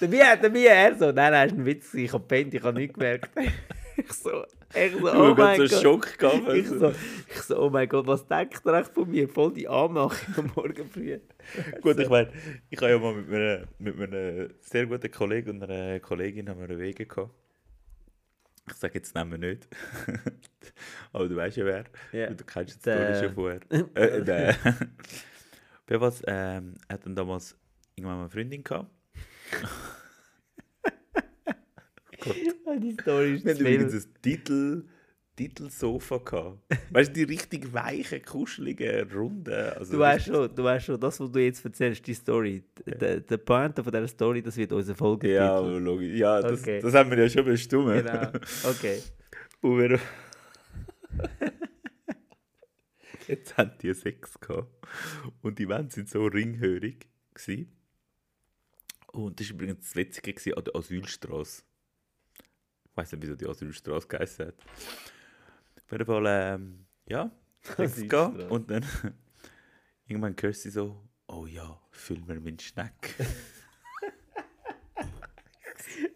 [SPEAKER 1] dabei, dabei, er so, nein, nein, ist ein Witz, ich habe gepennt, ich habe nicht
[SPEAKER 2] <laughs>
[SPEAKER 1] gemerkt. ich so, ich so, oh
[SPEAKER 2] Oh, oh
[SPEAKER 1] mein
[SPEAKER 2] Gott,
[SPEAKER 1] Gott.
[SPEAKER 2] so einen Schock gehabt.
[SPEAKER 1] Ich
[SPEAKER 2] Also.
[SPEAKER 1] so, ich so, oh mein Gott, was denkt er echt von mir? Voll die Anmachung am Morgen früh.
[SPEAKER 2] Gut, ich meine, ich habe ja mal mit meinem mit meinem sehr guten Kollegen und einer Kollegin haben wir einen Wege gehabt. Ich sage jetzt den Namen nicht. <laughs> Aber du weißt ja wer.
[SPEAKER 1] Ja. <laughs>
[SPEAKER 2] Du kennst jetzt
[SPEAKER 1] Der-
[SPEAKER 2] Story schon <laughs> vorher. äh, der. Bei was ähm, hat dann damals irgendwann mal eine Freundin gehabt?
[SPEAKER 1] Ah, die Story ist
[SPEAKER 2] Wir
[SPEAKER 1] zu
[SPEAKER 2] hatten übrigens
[SPEAKER 1] viel.
[SPEAKER 2] ein Titel, Titelsofa gehabt. Weißt du, die richtig weichen, kuscheligen, runden. Also
[SPEAKER 1] Du weißt schon, du weißt schon, das, was du jetzt erzählst, die Story, d- der der Point von dieser Story, das wird unser Folgetitel.
[SPEAKER 2] Ja, aber logisch. Ja, das,
[SPEAKER 1] Okay.
[SPEAKER 2] das haben wir ja schon bestimmt.
[SPEAKER 1] Genau, okay.
[SPEAKER 2] Und wir- <laughs> Jetzt haben die Sex gehabt. Und die Wände sind so ringhörig. Gewesen. Und das war übrigens das Letzte gewesen an der Asylstraße. Ich weiß nicht, wieso die Asylstraße geheißen hat. Auf jeden Fall, ähm, ja, Sex gehabt.
[SPEAKER 1] Asylstrasse.
[SPEAKER 2] Und dann <laughs> irgendwann hörst du sie so: Oh ja, füll mir meinen Schneck.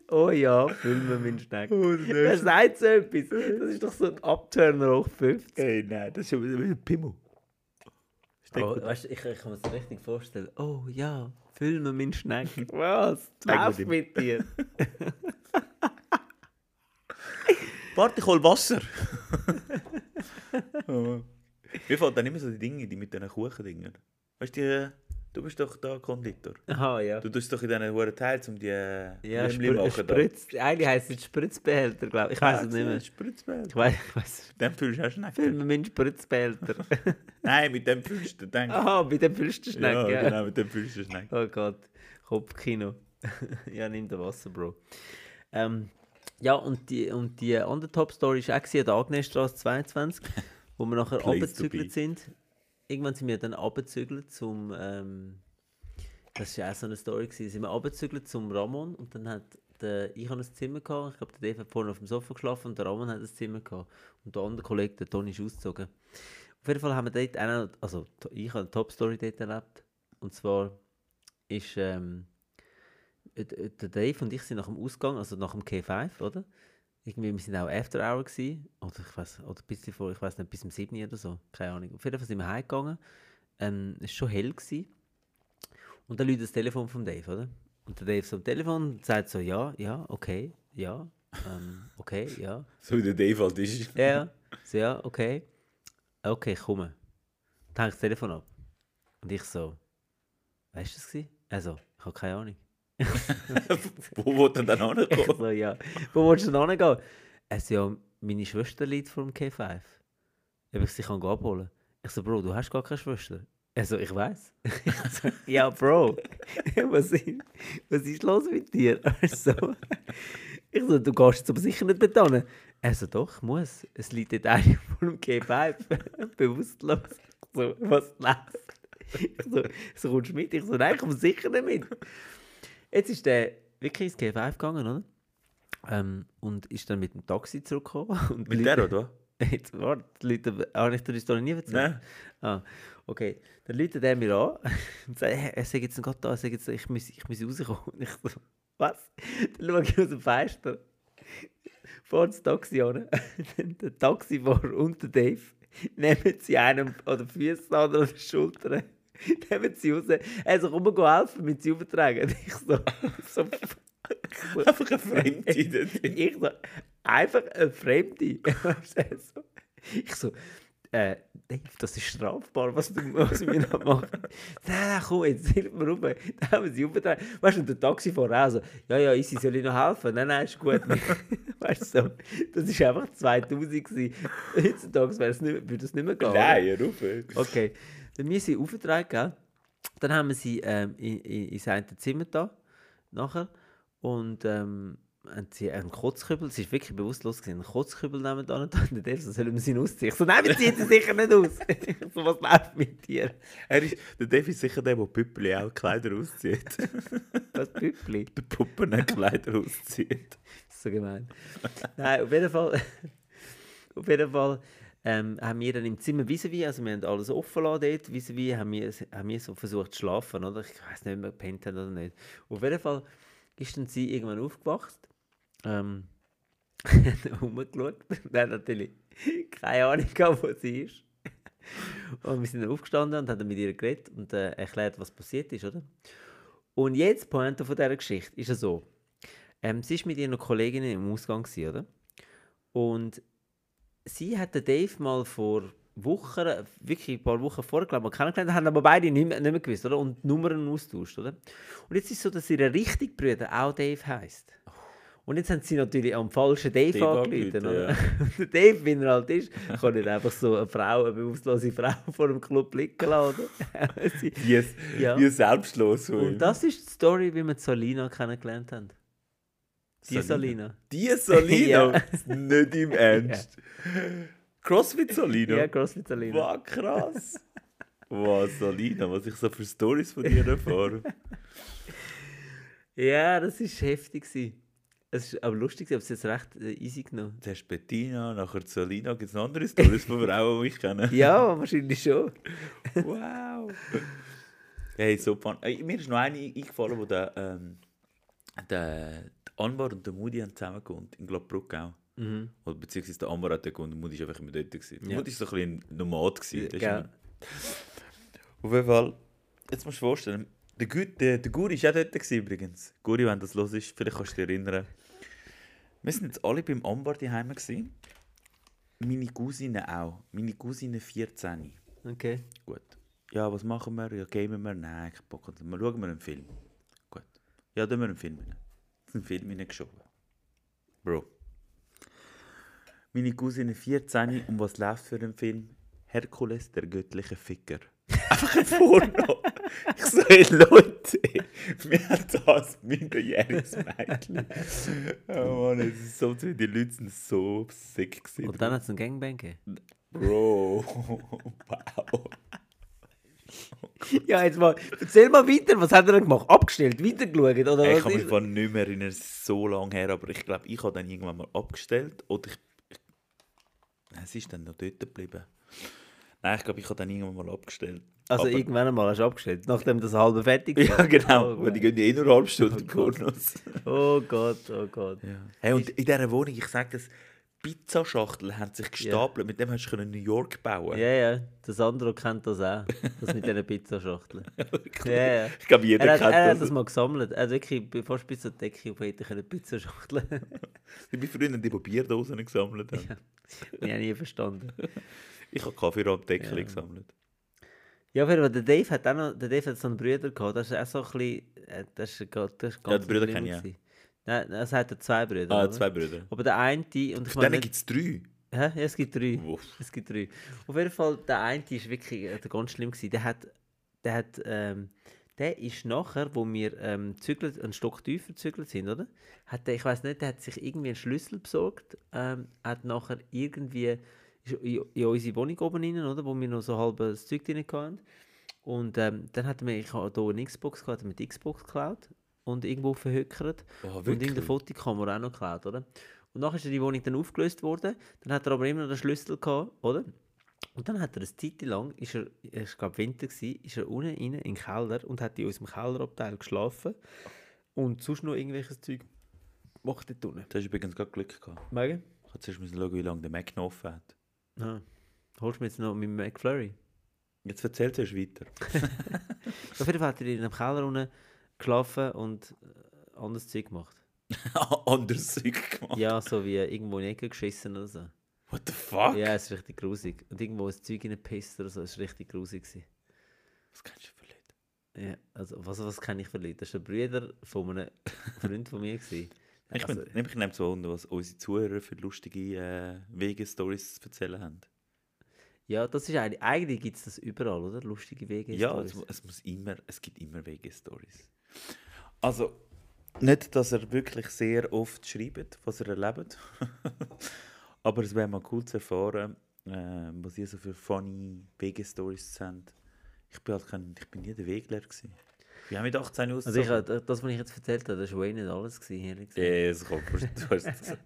[SPEAKER 1] Oh ja, füllen wir meinen
[SPEAKER 2] <laughs>
[SPEAKER 1] Schneck.
[SPEAKER 2] Und dann-
[SPEAKER 1] Wer sagt so etwas? Das ist doch so ein Abturner hoch 50.
[SPEAKER 2] Ey, nein, das ist schon wieder wie ein Pimmel. Steck
[SPEAKER 1] Oh,
[SPEAKER 2] gut.
[SPEAKER 1] weißt du, ich, ich kann mir das richtig vorstellen. Oh ja, füll mir meinen Schneck. <laughs> Was?
[SPEAKER 2] Zeig mir
[SPEAKER 1] Was
[SPEAKER 2] den.
[SPEAKER 1] mit dir?
[SPEAKER 2] Warte, ich hol <laughs> Wasser. Oh, Mir fallen dann immer so die Dinge, die mit diesen Kuchendingern. Weißt du, die, äh, du bist doch da Konditor.
[SPEAKER 1] <laughs> Aha, ja.
[SPEAKER 2] Du tust doch in diesen hohen Teil, um die äh,
[SPEAKER 1] Ja,
[SPEAKER 2] Lämmli
[SPEAKER 1] Spr
[SPEAKER 2] da.
[SPEAKER 1] Spritz. Eigentlich heisst es Spritzbehälter, glaube ich. Ich weiß es nicht mehr.
[SPEAKER 2] Spritzbett.
[SPEAKER 1] Ich weiß, ich weiß.
[SPEAKER 2] Mit dem fühlst du auch
[SPEAKER 1] Füll
[SPEAKER 2] Schnecken.
[SPEAKER 1] mir meinen <laughs> Spritzbehälter.
[SPEAKER 2] Nein, mit dem fühlst du den
[SPEAKER 1] Aha, bei dem füllst du Ah, Schneck,
[SPEAKER 2] Ja,
[SPEAKER 1] ja.
[SPEAKER 2] genau, mit dem fühlst du Schnecken.
[SPEAKER 1] Oh Gott, Kopfkino. <laughs> ja, nimm den Wasser, Bro. Ähm, ja, und die, und die andere Top-Story war auch gewesen an der Agnesstraße 22, wo wir nachher
[SPEAKER 2] <laughs> Place to be.
[SPEAKER 1] abgezügelt sind. Irgendwann sind wir dann abgezügelt zum. Ähm, das war auch so eine Story. Gewesen. Sind wir abgezügelt zum Ramon und dann hat der, ich habe ein Zimmer gehabt. Ich glaube, der Dave hat vorne auf dem Sofa geschlafen und der Ramon hat ein Zimmer gehabt. Und der andere Kollege, der Toni, ist ausgezogen. Auf jeden Fall haben wir dort einen, also to- ich habe eine Top-Story dort erlebt. Und zwar ist ähm, äh, äh, der Dave und ich sind nach dem Ausgang, also nach dem K5, oder? Irgendwie, wir sind auch After Hour gewesen, oder ich weiß, oder ein bisschen vor, ich weiß nicht, bis um 7 Uhr oder so, keine Ahnung. Auf jeden Fall sind wir heimgegangen. Ähm, es war schon hell gewesen. Und dann läutet das Telefon von Dave, oder? Und der Dave so am Telefon und sagt so, ja, ja, okay, ja, ähm, okay, ja.
[SPEAKER 2] So wie der Dave halt ist. <laughs>
[SPEAKER 1] Ja, ja. So, ja, okay. Okay, ich komme. Dann hängt das Telefon ab. Und ich so, weißt du das gewesen? Also, ich habe keine Ahnung.
[SPEAKER 2] Wo wird denn
[SPEAKER 1] <laughs>
[SPEAKER 2] dann
[SPEAKER 1] Ich
[SPEAKER 2] angekommen?
[SPEAKER 1] so, Also, ja. Wo willst du denn hingehen? Also, ja, meine Schwester liegt vor dem K5. Ob ich sie kann gehen abholen Ich so, Bro, du hast gar keine Schwester. Also, ich weiß. <laughs> so, ja, Bro, <laughs> was ist, was ist los mit dir? <laughs> Also, ich so, du gehst jetzt aber sicher nicht dort hin. Also, doch, ich muss. Es liegt dort <laughs> einer vor dem K5. Bewusstlos. Ich So, was läuft? Ich so, so, kommst du mit? Ich so, nein, ich komme sicher nicht mit. Jetzt ist der wirklich ins K5 gegangen, oder? Ähm, und ist dann mit dem Taxi zurückgekommen. <laughs> Und die
[SPEAKER 2] Mit der,
[SPEAKER 1] Leute-
[SPEAKER 2] oder?
[SPEAKER 1] Jetzt warte, die Leute. Ah, ich dir die Story nie erzählt.
[SPEAKER 2] Nein.
[SPEAKER 1] Ah, okay. Dann läutet er mir an <laughs> und sagt, hey, er sagt jetzt gerade da, er sagt jetzt, ich muss, ich muss rauskommen. Und ich so, was? Dann schaue ich aus dem Fenster. Vor das Taxi an. Dann der Taxifahrer und der Dave nehmen sie einen an den Füßen an oder an den Schultern. Nehmen sie raus. Er so, komm mal geh helfen, mit sie auftragen. Und ich so, so, so
[SPEAKER 2] <laughs> Einfach ein Fremde. dort
[SPEAKER 1] <laughs>
[SPEAKER 2] drin.
[SPEAKER 1] ich so, einfach ein Fremde. <laughs> Weißt du, er so. ich so, äh, Dave, das ist strafbar, was du was wir <laughs> da machen. Nein, nein, komm, jetzt hilf mir rum. Dann haben sie umgetragen. Weißt du, und der Taxifahrer auch so, ja, ja, easy, soll ich noch helfen? Nein, nein, ist gut. <laughs> weißt du, so, das war einfach 2000 gewesen. Heutzutage wär's nicht, mehr- würde das nicht mehr gehen.
[SPEAKER 2] Nein, Rufe.
[SPEAKER 1] <laughs> Okay. Dann wir sie aufgetragen, gell? Dann haben wir sie ähm, in, in, in sein Zimmer da nachher und ähm, haben sie einen Kotzkübel, sie ist wirklich bewusstlos gewesen, einen Kotzkübel nehmen da und <laughs> dann der so sollen wir sie ihn ausziehen. Ich so, nein, wir ziehen sie sicher nicht aus. <laughs> Ich so, was läuft mit dir?
[SPEAKER 2] Er ist, der Dave ist sicher der, der Püppeli auch Kleider auszieht. <laughs>
[SPEAKER 1] Was Püppli?
[SPEAKER 2] der Puppen auch Kleider auszieht.
[SPEAKER 1] <laughs> So gemein. Nein, auf jeden Fall. <laughs> auf jeden Fall ähm, haben wir dann im Zimmer vis-à-vis, also wir haben alles offen lassen dort, vis-à-vis haben wir, haben wir so versucht zu schlafen, oder? Ich weiß nicht, ob wir gepennt haben oder nicht. Auf jeden Fall ist dann sie irgendwann aufgewacht, ähm, <laughs> hat rumgeschaut und hat natürlich keine Ahnung gehabt, wo sie ist. <laughs> Und wir sind dann aufgestanden und haben mit ihr geredet und äh, erklärt, was passiert ist, oder? Und jetzt, die Pointe von dieser Geschichte, ist ja so. Ähm, sie war mit ihren Kolleginnen im Ausgang, gewesen, oder? Und sie hat den Dave mal vor Wochen, wirklich ein paar Wochen vorher, glaube ich, mal kennengelernt, haben aber beide nicht mehr, nicht mehr gewusst, oder? Und die Nummern austauscht, oder? Und jetzt ist es so, dass ihre richtige Brüder auch Dave heisst. Und jetzt haben sie natürlich am falschen Dave,
[SPEAKER 2] Oh.
[SPEAKER 1] angerufen,
[SPEAKER 2] Dave angerufen,
[SPEAKER 1] oder?
[SPEAKER 2] ja.
[SPEAKER 1] Und der Dave, wenn er halt ist, kann nicht einfach so eine Frau, eine bewusstlose Frau vor dem Club liegen lassen,
[SPEAKER 2] <laughs>
[SPEAKER 1] oder? sie,
[SPEAKER 2] Wie,
[SPEAKER 1] Ja.
[SPEAKER 2] ja. wie selbstlos. von ihm.
[SPEAKER 1] und das ist die Story, wie wir die Salina kennengelernt haben. Die Salina.
[SPEAKER 2] Die Salina?
[SPEAKER 1] <laughs> Ja.
[SPEAKER 2] Nicht im Ernst. CrossFit Salina?
[SPEAKER 1] Ja, CrossFit Salina.
[SPEAKER 2] Wow, krass. wow, Salina, was ich so für Stories von dir erfahre.
[SPEAKER 1] Ja, das war heftig. gewesen. Es war aber lustig, aber sie hat es recht äh, easy genommen.
[SPEAKER 2] Zuerst Bettina, nachher die Salina. Gibt es noch andere Stories von Frauen, die ich kenne?
[SPEAKER 1] Ja, <laughs> wahrscheinlich schon.
[SPEAKER 2] Wow. Hey, so fun. Ey, Mir ist noch eine eingefallen, wo der, ähm, der, der Anwar und der Moody haben zusammengewohnt, in Gladbruck auch. Oder beziehungsweise der Anwar hat da gewohnt, der Moody war einfach immer dort. Gewesen. Der
[SPEAKER 1] Mhm. Ja.
[SPEAKER 2] Moody war so ein bisschen ein Nomad. Gewesen, das ist
[SPEAKER 1] Ja.
[SPEAKER 2] immer- Auf jeden Fall, jetzt musst du dir vorstellen, der, Gü der, der Guri war auch dort gewesen, übrigens. Guri, wenn das los ist, vielleicht kannst du dich erinnern. Wir sind jetzt alle beim Anwar daheim gewesen. Meine Cousine auch. Meine Cousine 14.
[SPEAKER 1] Okay.
[SPEAKER 2] Gut. Ja, was machen wir? Ja, gamen wir? Nein, kein Bock. Und Dann schauen wir einen Film. Gut. Ja, tun wir einen Film rein. <laughs> Jetzt einen Film hineingeschoben. Bro. Meine Cousine 14, um was läuft für einen Film? Herkules, der göttliche Ficker. <laughs> Einfach ein Porno. Ich so, hey Leute, <laughs> wir haben das minderjähriges Mädchen. Oh Mann, es ist so, die Leute sind so sick gewesen.
[SPEAKER 1] Und dann hat es einen Gangbang gegeben.
[SPEAKER 2] Bro, <laughs> wow.
[SPEAKER 1] Ja, jetzt mal, erzähl mal weiter, was hat er denn gemacht? Abgestellt, weitergeschaut oder
[SPEAKER 2] Hey, ich
[SPEAKER 1] was
[SPEAKER 2] kann mich
[SPEAKER 1] ist?
[SPEAKER 2] von nicht mehr erinnern, es ist so lange her, aber ich glaube, ich habe dann irgendwann mal abgestellt oder ich, ich, es ist dann noch dort geblieben. Nein, ich glaube, ich habe dann irgendwann mal abgestellt.
[SPEAKER 1] Also
[SPEAKER 2] aber,
[SPEAKER 1] irgendwann einmal hast du abgestellt, nachdem das halbe fertig war.
[SPEAKER 2] <laughs> ja, genau,
[SPEAKER 1] Oh,
[SPEAKER 2] weil die gehen ja eh nur eine halbe Stunde Pornos.
[SPEAKER 1] Oh Gott, oh Gott.
[SPEAKER 2] Hey, und in dieser Wohnung, ich sage das, Pizzaschachteln haben sich gestapelt. Mit dem hast du können New York bauen. <laughs>
[SPEAKER 1] Ja, ja, der Sandro kennt das auch. Das mit diesen
[SPEAKER 2] <laughs>
[SPEAKER 1] Pizzaschachteln. Ja, ja.
[SPEAKER 2] Ich glaube, jeder
[SPEAKER 1] Er hat,
[SPEAKER 2] kennt
[SPEAKER 1] er hat
[SPEAKER 2] das.
[SPEAKER 1] das mal gesammelt. Er hat wirklich be- fast bis zur Decke auf hätte können Pizzaschachteln. <laughs>
[SPEAKER 2] Ich bin früher die, die Bierdosen gesammelt haben.
[SPEAKER 1] ich habe nie verstanden.
[SPEAKER 2] Ich habe Kaffeerahmdeckel gesammelt.
[SPEAKER 1] Ja, auf jeden Fall, der Dave hat auch noch, der Dave hat so einen Bruder gehabt. Das ist auch so ein bisschen, äh, das ist, ga- das ist ganz
[SPEAKER 2] den Bruder
[SPEAKER 1] schlimm
[SPEAKER 2] kenne ich auch.
[SPEAKER 1] gewesen. Nein, nein, es hat ja zwei Brüder.
[SPEAKER 2] Ah,
[SPEAKER 1] oder?
[SPEAKER 2] zwei Brüder.
[SPEAKER 1] Aber der eine, und ich
[SPEAKER 2] Von
[SPEAKER 1] meine,
[SPEAKER 2] denen gibt es drei.
[SPEAKER 1] hä? ja, es gibt drei. <laughs>
[SPEAKER 2] Wuff.
[SPEAKER 1] Es gibt drei. Auf jeden Fall, der eine ist wirklich äh, der ganz schlimm. Gewesen. Der hat. Der, hat, ähm, der ist nachher, wo wir ähm, zügelt, einen Stock tiefer gezügelt sind, oder? Hat der, ich weiß nicht, der hat sich irgendwie einen Schlüssel besorgt. Ähm, hat nachher irgendwie. Ist in, in unsere Wohnung oben rein, oder? Wo wir noch so halb das Zeug drin hatten. Und ähm, dann hat er mir, ich habe hier eine Xbox gehabt, hat mir die Xbox geklaut und irgendwo verhökert.
[SPEAKER 2] Oh,
[SPEAKER 1] und
[SPEAKER 2] wirklich?
[SPEAKER 1] irgendeine Fotokamera auch noch geklaut, oder? Und nachher ist die Wohnung dann aufgelöst worden, dann hat er aber immer noch den Schlüssel gehabt, oder? Und dann hat er eine Zeit lang, ist er, ich glaube Winter gewesen, ist er unten rein in den Keller und hat in unserem Kellerabteil geschlafen und sonst noch irgendwelches Zeug gemacht dort unten.
[SPEAKER 2] Du hast übrigens gerade Glück gehabt.
[SPEAKER 1] Morgen?
[SPEAKER 2] Ich musste zuerst schauen, wie lange der Mac noch offen hat.
[SPEAKER 1] Ah. Holst du mir jetzt noch meinen McFlurry?
[SPEAKER 2] Jetzt erzählt es <laughs> weiter.
[SPEAKER 1] Auf jeden Fall hat er in einem Keller unten geschlafen und äh, anderes Zeug gemacht.
[SPEAKER 2] Anders Zeug gemacht.
[SPEAKER 1] Ja, so wie irgendwo in die Ecke geschissen oder so.
[SPEAKER 2] What the fuck?
[SPEAKER 1] Ja, ist richtig grusig. Und irgendwo ein Zeug in den Piss oder so, ist richtig grusig. Gewesen.
[SPEAKER 2] Was kannst du für Leute?
[SPEAKER 1] Ja, also was, was kenne ich für Leute? Das war der Bruder von einem Freund von mir. Gewesen.
[SPEAKER 2] <laughs> Ich,
[SPEAKER 1] Also,
[SPEAKER 2] bin, ich nehme zu Wunder, was unsere Zuhörer für lustige äh, Wege-Stories zu erzählen haben.
[SPEAKER 1] ja, das ist eigentlich, eigentlich gibt es das überall, oder? Lustige Wege.
[SPEAKER 2] Ja, es, mu- es, muss immer, es gibt immer Wege-Stories. Also, nicht, dass er wirklich sehr oft schreibt, was er erlebt. <laughs> Aber es wäre mal cool zu erfahren, äh, was ihr so für funny Wege-Stories habt. Ich bin halt kein, ich bin nie der Wegler gewesen. Ich bin auch mit 18 aus.
[SPEAKER 1] also ich, hab- das, was ich jetzt erzählt habe, das war eh nicht alles, gewesen, ehrlich gesagt.
[SPEAKER 2] es kommt. Du
[SPEAKER 1] <laughs>
[SPEAKER 2] hast das.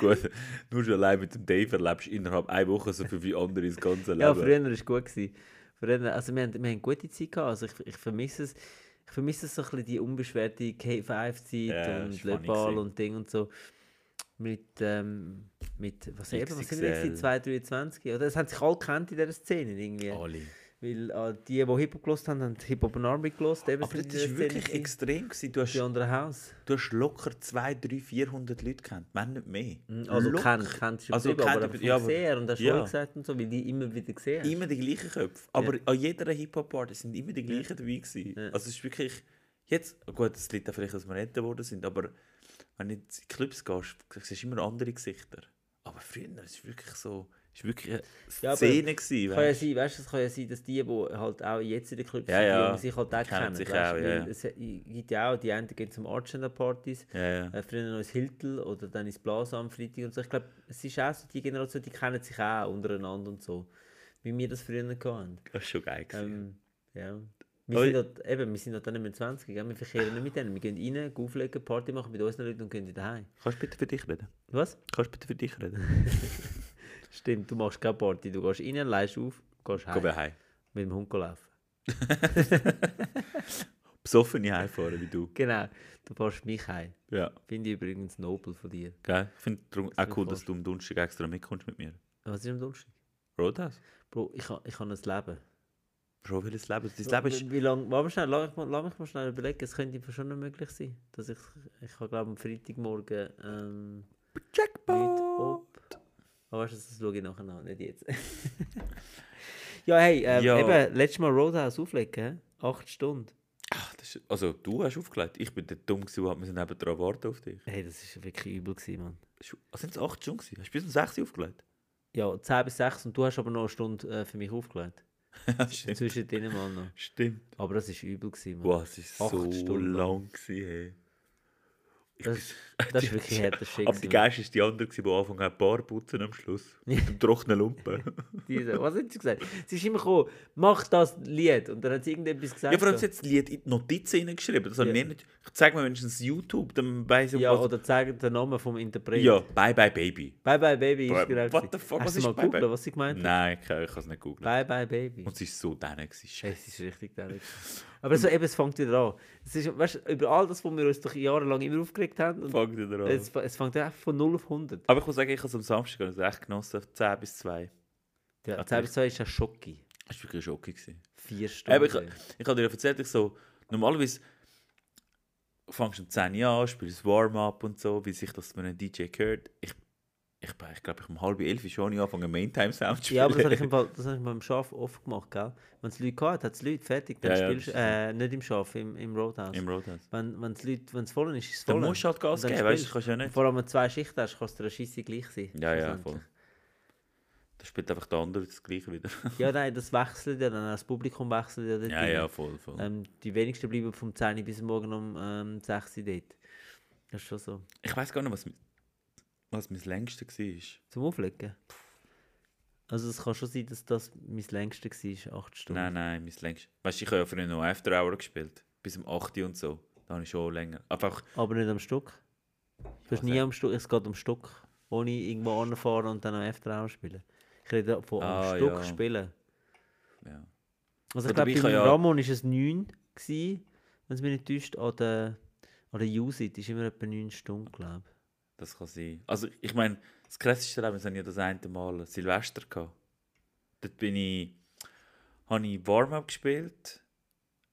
[SPEAKER 2] Gut, nur schon allein mit dem Dave erlebst du innerhalb einer Woche so viel wie andere ins ganze Leben.
[SPEAKER 1] Ja, früher war es gut. Gewesen. Früher, also wir, haben, wir haben gute Zeit gehabt. Also ich, ich vermisse es. Ich vermisse es so ein bisschen die unbeschwerte K5-Zeit
[SPEAKER 2] Ja,
[SPEAKER 1] und
[SPEAKER 2] ist funny
[SPEAKER 1] Lepal
[SPEAKER 2] gewesen.
[SPEAKER 1] und Ding und so. Mit, ähm, mit was, eben, was sind wir
[SPEAKER 2] XXL.
[SPEAKER 1] gewesen? 223? Oder es haben sich alle gekannt in dieser Szene irgendwie.
[SPEAKER 2] Alle.
[SPEAKER 1] Weil äh, die, die Hip-Hop gelost haben, haben Hip-Hop und R&B gelost. eben
[SPEAKER 2] Aber
[SPEAKER 1] sind
[SPEAKER 2] das
[SPEAKER 1] in dieser
[SPEAKER 2] war wirklich
[SPEAKER 1] Szene gewesen.
[SPEAKER 2] extrem. Gewesen. Du hast
[SPEAKER 1] Die anderen Haus.
[SPEAKER 2] Du hast locker 200, 300, 400 Leute gekannt, wenn nicht mehr.
[SPEAKER 1] Also
[SPEAKER 2] locker.
[SPEAKER 1] kennt, kennt schon also,
[SPEAKER 2] Also
[SPEAKER 1] aber
[SPEAKER 2] kennt-
[SPEAKER 1] einfach vom
[SPEAKER 2] ja, aber-
[SPEAKER 1] Sehen und hast du
[SPEAKER 2] ja.
[SPEAKER 1] schon gesagt und so, weil die immer wieder gesehen
[SPEAKER 2] Immer die gleichen Köpfe. Aber an jeder Hip-Hop-Party sind immer die gleichen dabei gewesen.
[SPEAKER 1] Ja.
[SPEAKER 2] Also es ist wirklich... Jetzt, gut, es liegt auch vielleicht, dass wir nicht geworden sind, aber wenn du in die Clubs gehst, siehst du immer andere Gesichter. Aber früher, es ist wirklich so... Es war wirklich eine
[SPEAKER 1] Ja, aber
[SPEAKER 2] Szene gewesen,
[SPEAKER 1] Kann ja
[SPEAKER 2] weißt
[SPEAKER 1] sein, weißt, du, es kann ja sein, dass die, die halt auch jetzt in den Clubs
[SPEAKER 2] Ja,
[SPEAKER 1] sind, die
[SPEAKER 2] ja.
[SPEAKER 1] Jungen sich halt auch
[SPEAKER 2] Die kennen
[SPEAKER 1] kennen.
[SPEAKER 2] sich
[SPEAKER 1] weisst
[SPEAKER 2] auch,
[SPEAKER 1] du,
[SPEAKER 2] ja,
[SPEAKER 1] weil
[SPEAKER 2] ja.
[SPEAKER 1] Es gibt ja auch, die einen gehen zum Archender-Partys,
[SPEAKER 2] du? Ja, ja.
[SPEAKER 1] äh, früher noch ins Hiltel oder dann ins Blasen am Freitag und so. Ich glaube, es ist auch so, die Generation, die kennen sich auch untereinander und so. Wie wir das früher hatten.
[SPEAKER 2] Das war schon geil. gewesen.
[SPEAKER 1] Ähm, ja. Wir
[SPEAKER 2] Aber-
[SPEAKER 1] sind, halt, eben, wir sind halt dann nicht mehr 20, gell? wir verkehren nicht mit denen. Wir gehen rein, auflegen, Party machen mit unseren Leuten und gehen wieder heim.
[SPEAKER 2] Kannst du bitte für dich reden?
[SPEAKER 1] Was?
[SPEAKER 2] Kannst du bitte für dich reden?
[SPEAKER 1] Stimmt, du machst keine Party. Du gehst rein, leist auf, gehst
[SPEAKER 2] Komm
[SPEAKER 1] heim.
[SPEAKER 2] wieder heim.
[SPEAKER 1] Mit dem Hund laufen.
[SPEAKER 2] Besoffene heimfahren wie du.
[SPEAKER 1] Genau, du fährst mich heim.
[SPEAKER 2] Ja,
[SPEAKER 1] Finde ich übrigens nobel von dir.
[SPEAKER 2] geil. Ich finde es auch
[SPEAKER 1] mir
[SPEAKER 2] cool, dass du am Donnerstag extra mitkommst mit mir.
[SPEAKER 1] Was ist am Donnerstag?
[SPEAKER 2] Roadhouse?
[SPEAKER 1] Bro, ich habe ich ha ein Leben.
[SPEAKER 2] Schon welches Leben. Dein Leben ist.
[SPEAKER 1] Wie- Wie lange? Warte mal schnell, lass mich, mal- lass mich mal schnell überlegen. Es könnte einfach schon noch möglich sein, dass ich... Ich habe, glaube am Freitagmorgen ähm, nicht
[SPEAKER 2] Jackpot!
[SPEAKER 1] ob... Aber weißt du, das schaue ich nachher an, nicht jetzt. <laughs> ja, hey, ähm,
[SPEAKER 2] Ja.
[SPEAKER 1] eben, letztes Mal Roadhouse auflegen, hä? Acht Stunden.
[SPEAKER 2] Ach, das ist, also, du hast aufgelegt. Ich bin der dumm gewesen, hat müssen neben dran warten auf dich.
[SPEAKER 1] Hey, das war wirklich übel, gewesen, Mann.
[SPEAKER 2] Ist- ah, Sind es 8 Stunden gewesen? Hast du bis um 6 Uhr aufgelegt?
[SPEAKER 1] Ja, 10 bis 6 und du hast aber noch eine Stunde äh, für mich aufgelegt.
[SPEAKER 2] Ja, Stimmt.
[SPEAKER 1] Zwischen denen mal noch.
[SPEAKER 2] Stimmt.
[SPEAKER 1] Aber das war übel, gewesen, Mann.
[SPEAKER 2] Wow, es ist
[SPEAKER 1] Acht
[SPEAKER 2] so
[SPEAKER 1] Stunden.
[SPEAKER 2] lang gewesen, hey. Ich
[SPEAKER 1] Das,
[SPEAKER 2] bin-
[SPEAKER 1] das ist wirklich <laughs> härter Shit.
[SPEAKER 2] Aber die
[SPEAKER 1] gewesen.
[SPEAKER 2] Geist war die andere, gewesen, die anfangen hat, Bar putzen am Schluss. Mit dem trockenen Lumpen.
[SPEAKER 1] Diese- Was hat sie gesagt? Sie ist immer gekommen, mach das Lied. Und dann hat sie irgendetwas gesagt.
[SPEAKER 2] ja, vor allem, sie
[SPEAKER 1] so.
[SPEAKER 2] hat das Lied in die Notizen hineingeschrieben. Das habe ich
[SPEAKER 1] Ja.
[SPEAKER 2] nie nicht. Ich zeig mir wenigstens YouTube, dann weiss ich, um
[SPEAKER 1] ja
[SPEAKER 2] was.
[SPEAKER 1] oder zeigen den Namen vom Interpret.
[SPEAKER 2] Ja, Bye Bye Baby.
[SPEAKER 1] Bye Bye Baby
[SPEAKER 2] Bro,
[SPEAKER 1] ist genau.
[SPEAKER 2] what the fuck,
[SPEAKER 1] Hast
[SPEAKER 2] was
[SPEAKER 1] du
[SPEAKER 2] ist
[SPEAKER 1] mal
[SPEAKER 2] Bye Bye-
[SPEAKER 1] googeln, was sie gemeint hat?
[SPEAKER 2] Nein, ich kann es nicht googeln.
[SPEAKER 1] Bye Bye Baby.
[SPEAKER 2] Und sie ist so dann gewesen.
[SPEAKER 1] Es ist richtig der. Aber so eben, es fängt wieder an. Es ist, weißt, über all das, was wir uns doch jahrelang immer aufgeregt haben, und
[SPEAKER 2] Fangt wieder an.
[SPEAKER 1] es, es fängt einfach von 0 auf 100.
[SPEAKER 2] Aber ich muss sagen, ich habe es am Samstag also echt genossen, 10 bis 2.
[SPEAKER 1] Ja,
[SPEAKER 2] natürlich.
[SPEAKER 1] 10 bis 2 ist ein Schocki.
[SPEAKER 2] Das war wirklich ein Schock. gewesen.
[SPEAKER 1] Vier Stunden.
[SPEAKER 2] Eben, ich, ich habe dir ja erzählt, ich so, normalerweise fängst du um 10 Uhr an, spielst Warm-up und so, wie sich das mit einem DJ gehört. Ich, ich, bin- ich glaube, ich um halb elf schon angefangen, Main-Time-Sound zu spielen.
[SPEAKER 1] ja, aber
[SPEAKER 2] <laughs>
[SPEAKER 1] das habe ich, im Fall, das habe ich beim Schaf oft gemacht, gell? Wenn es Leute gehabt hat, hat es Leute fertig. Dann
[SPEAKER 2] Ja, ja,
[SPEAKER 1] spielst du,
[SPEAKER 2] das
[SPEAKER 1] äh, nicht im Schaf, im, im Roadhouse.
[SPEAKER 2] Im Roadhouse.
[SPEAKER 1] Wenn wenn es Leute, wenn es voll ist, ist es
[SPEAKER 2] Da
[SPEAKER 1] voll.
[SPEAKER 2] musst du halt Gas
[SPEAKER 1] Und dann
[SPEAKER 2] geben, weißt du,
[SPEAKER 1] spielst
[SPEAKER 2] kannst ja nicht.
[SPEAKER 1] Vor allem, wenn du Also, zwei Schichten hast, kannst du der Scheiße gleich sein.
[SPEAKER 2] Ja, ja,
[SPEAKER 1] schlussendlich.
[SPEAKER 2] voll. Da spielt einfach der andere das Gleiche wieder.
[SPEAKER 1] <laughs> Ja, nein, das wechselt ja dann, auch das Publikum wechselt ja dort
[SPEAKER 2] Ja,
[SPEAKER 1] rein.
[SPEAKER 2] ja, voll, voll.
[SPEAKER 1] Ähm, die wenigsten bleiben vom 10 Uhr bis morgen um ähm, 6 Uhr dort. Das ist schon so.
[SPEAKER 2] Ich weiß gar nicht, was, mi- was mein längste war.
[SPEAKER 1] Zum Auflegen. Also es kann schon sein, dass das mein längste war, 8 Stunden.
[SPEAKER 2] Nein, nein, mein längst. Weißt du, ich habe ja früher noch After Hour gespielt. Bis um 8 Uhr und so. Da habe ich schon länger. Einfach,
[SPEAKER 1] Aber nicht am Stück. Du bist nie am Stück, es geht um Stück. Ohne irgendwo anfahren und dann am After Hour spielen. Ich rede von am
[SPEAKER 2] Ah,
[SPEAKER 1] Stück
[SPEAKER 2] ja.
[SPEAKER 1] spielen.
[SPEAKER 2] ja.
[SPEAKER 1] Also ich
[SPEAKER 2] Oder
[SPEAKER 1] glaube,
[SPEAKER 2] ich
[SPEAKER 1] bei
[SPEAKER 2] kann ja-
[SPEAKER 1] Ramon war es 9, gewesen, wenn es mich nicht täuscht, an der, an der Usit ist immer etwa 9 Stunden, glaube ich.
[SPEAKER 2] das kann sein. Also, ich meine, das krasseste Erlebnis hatte ich ja das eine Mal Silvester. Gehabt. Dort bin ich. habe ich Warm-Up gespielt.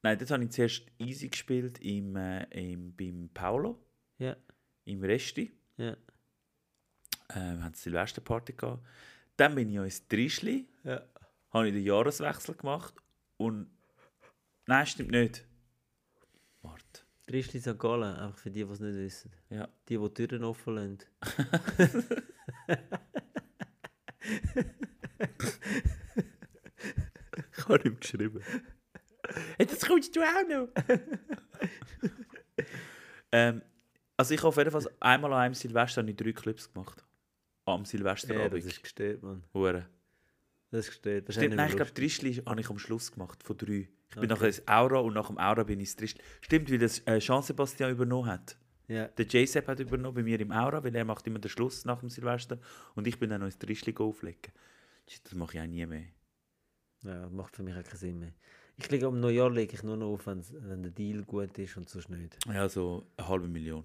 [SPEAKER 2] Nein, dort habe ich zuerst Easy gespielt im, äh, im, beim Paolo,
[SPEAKER 1] Ja,
[SPEAKER 2] im Resti.
[SPEAKER 1] ja.
[SPEAKER 2] Äh, wir hatten Silvesterparty gehabt. Dann bin ich ja ins Trischli.
[SPEAKER 1] Ja.
[SPEAKER 2] habe ich den Jahreswechsel gemacht und. Nein, stimmt nicht. Warte.
[SPEAKER 1] Trischli St. Gallen, einfach für die, die es nicht wissen.
[SPEAKER 2] Ja.
[SPEAKER 1] <laughs> Die, die die Türen offen lassen.
[SPEAKER 2] Ich habe ihm geschrieben. <laughs> Hey, das kommst du auch noch! <laughs> ähm, also ich habe auf jeden Fall einmal an einem Silvester habe ich drei Clips gemacht. Am
[SPEAKER 1] Ja,
[SPEAKER 2] Silvesterabend.
[SPEAKER 1] das ist gestört, Mann.
[SPEAKER 2] Hure.
[SPEAKER 1] Das ist gestört. Das ist
[SPEAKER 2] Stimmt,
[SPEAKER 1] auch
[SPEAKER 2] nein, ich
[SPEAKER 1] nicht mehr
[SPEAKER 2] glaube, Trischli habe ich am Schluss gemacht, von drei. Ich bin
[SPEAKER 1] Okay.
[SPEAKER 2] nachher ins Aura und nach dem Aura bin ich ins Trischli. Stimmt, weil das äh, Jean-Sebastian übernommen hat.
[SPEAKER 1] lustig.
[SPEAKER 2] Der J-Sepp hat übernommen bei mir im Aura, weil er macht immer den Schluss nach dem Silvester und ich bin dann noch ins Trischli auflegen. Shit, Das mache ich auch nie mehr.
[SPEAKER 1] ja. ja, macht für mich auch keinen Sinn mehr. Ich lege am Neujahr lege ich nur noch auf, wenn's, wenn der Deal gut ist und sonst nicht.
[SPEAKER 2] Ja, so eine halbe Million.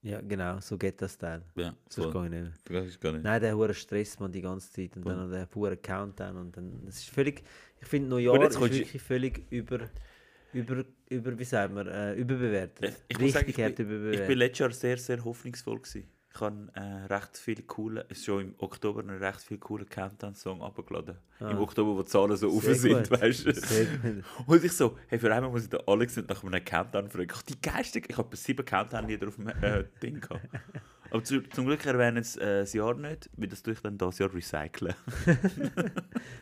[SPEAKER 1] Ja, genau, so geht das dann.
[SPEAKER 2] Ja,
[SPEAKER 1] Sonst gehe ich nicht mehr.
[SPEAKER 2] Das ist gar nicht.
[SPEAKER 1] Nein, der hure Stress man die ganze Zeit und dann noch der pure Countdown und dann es ist völlig ich finde Neujahr
[SPEAKER 2] Gut, jetzt
[SPEAKER 1] ist
[SPEAKER 2] kommst du-
[SPEAKER 1] wirklich völlig über über über wie sagen wir äh, überbewertet.
[SPEAKER 2] Ich muss
[SPEAKER 1] Richtig
[SPEAKER 2] sagen, ich
[SPEAKER 1] hart
[SPEAKER 2] bin, ich
[SPEAKER 1] überbewertet.
[SPEAKER 2] bin letztes Jahr sehr, sehr hoffnungsvoll. Gewesen. Ich habe äh, recht viel coole, schon im Oktober einen recht viel coolen Countdown-Song abgeladen. Im Oktober, wo die Zahlen so rauf
[SPEAKER 1] Sehr
[SPEAKER 2] sind,
[SPEAKER 1] gut.
[SPEAKER 2] weißt
[SPEAKER 1] Sehr
[SPEAKER 2] du.
[SPEAKER 1] gut.
[SPEAKER 2] Und ich so, hey, für einmal muss ich den Alex nicht nach einem Countdown fragen. Ich, die Geistig, ich habe sieben Countdown-Lieder auf dem äh,
[SPEAKER 1] <laughs>
[SPEAKER 2] Ding gehabt. Aber zu, zum Glück erwähnen sie äh, das Jahr nicht, weil das tue ich dann das Jahr recyceln.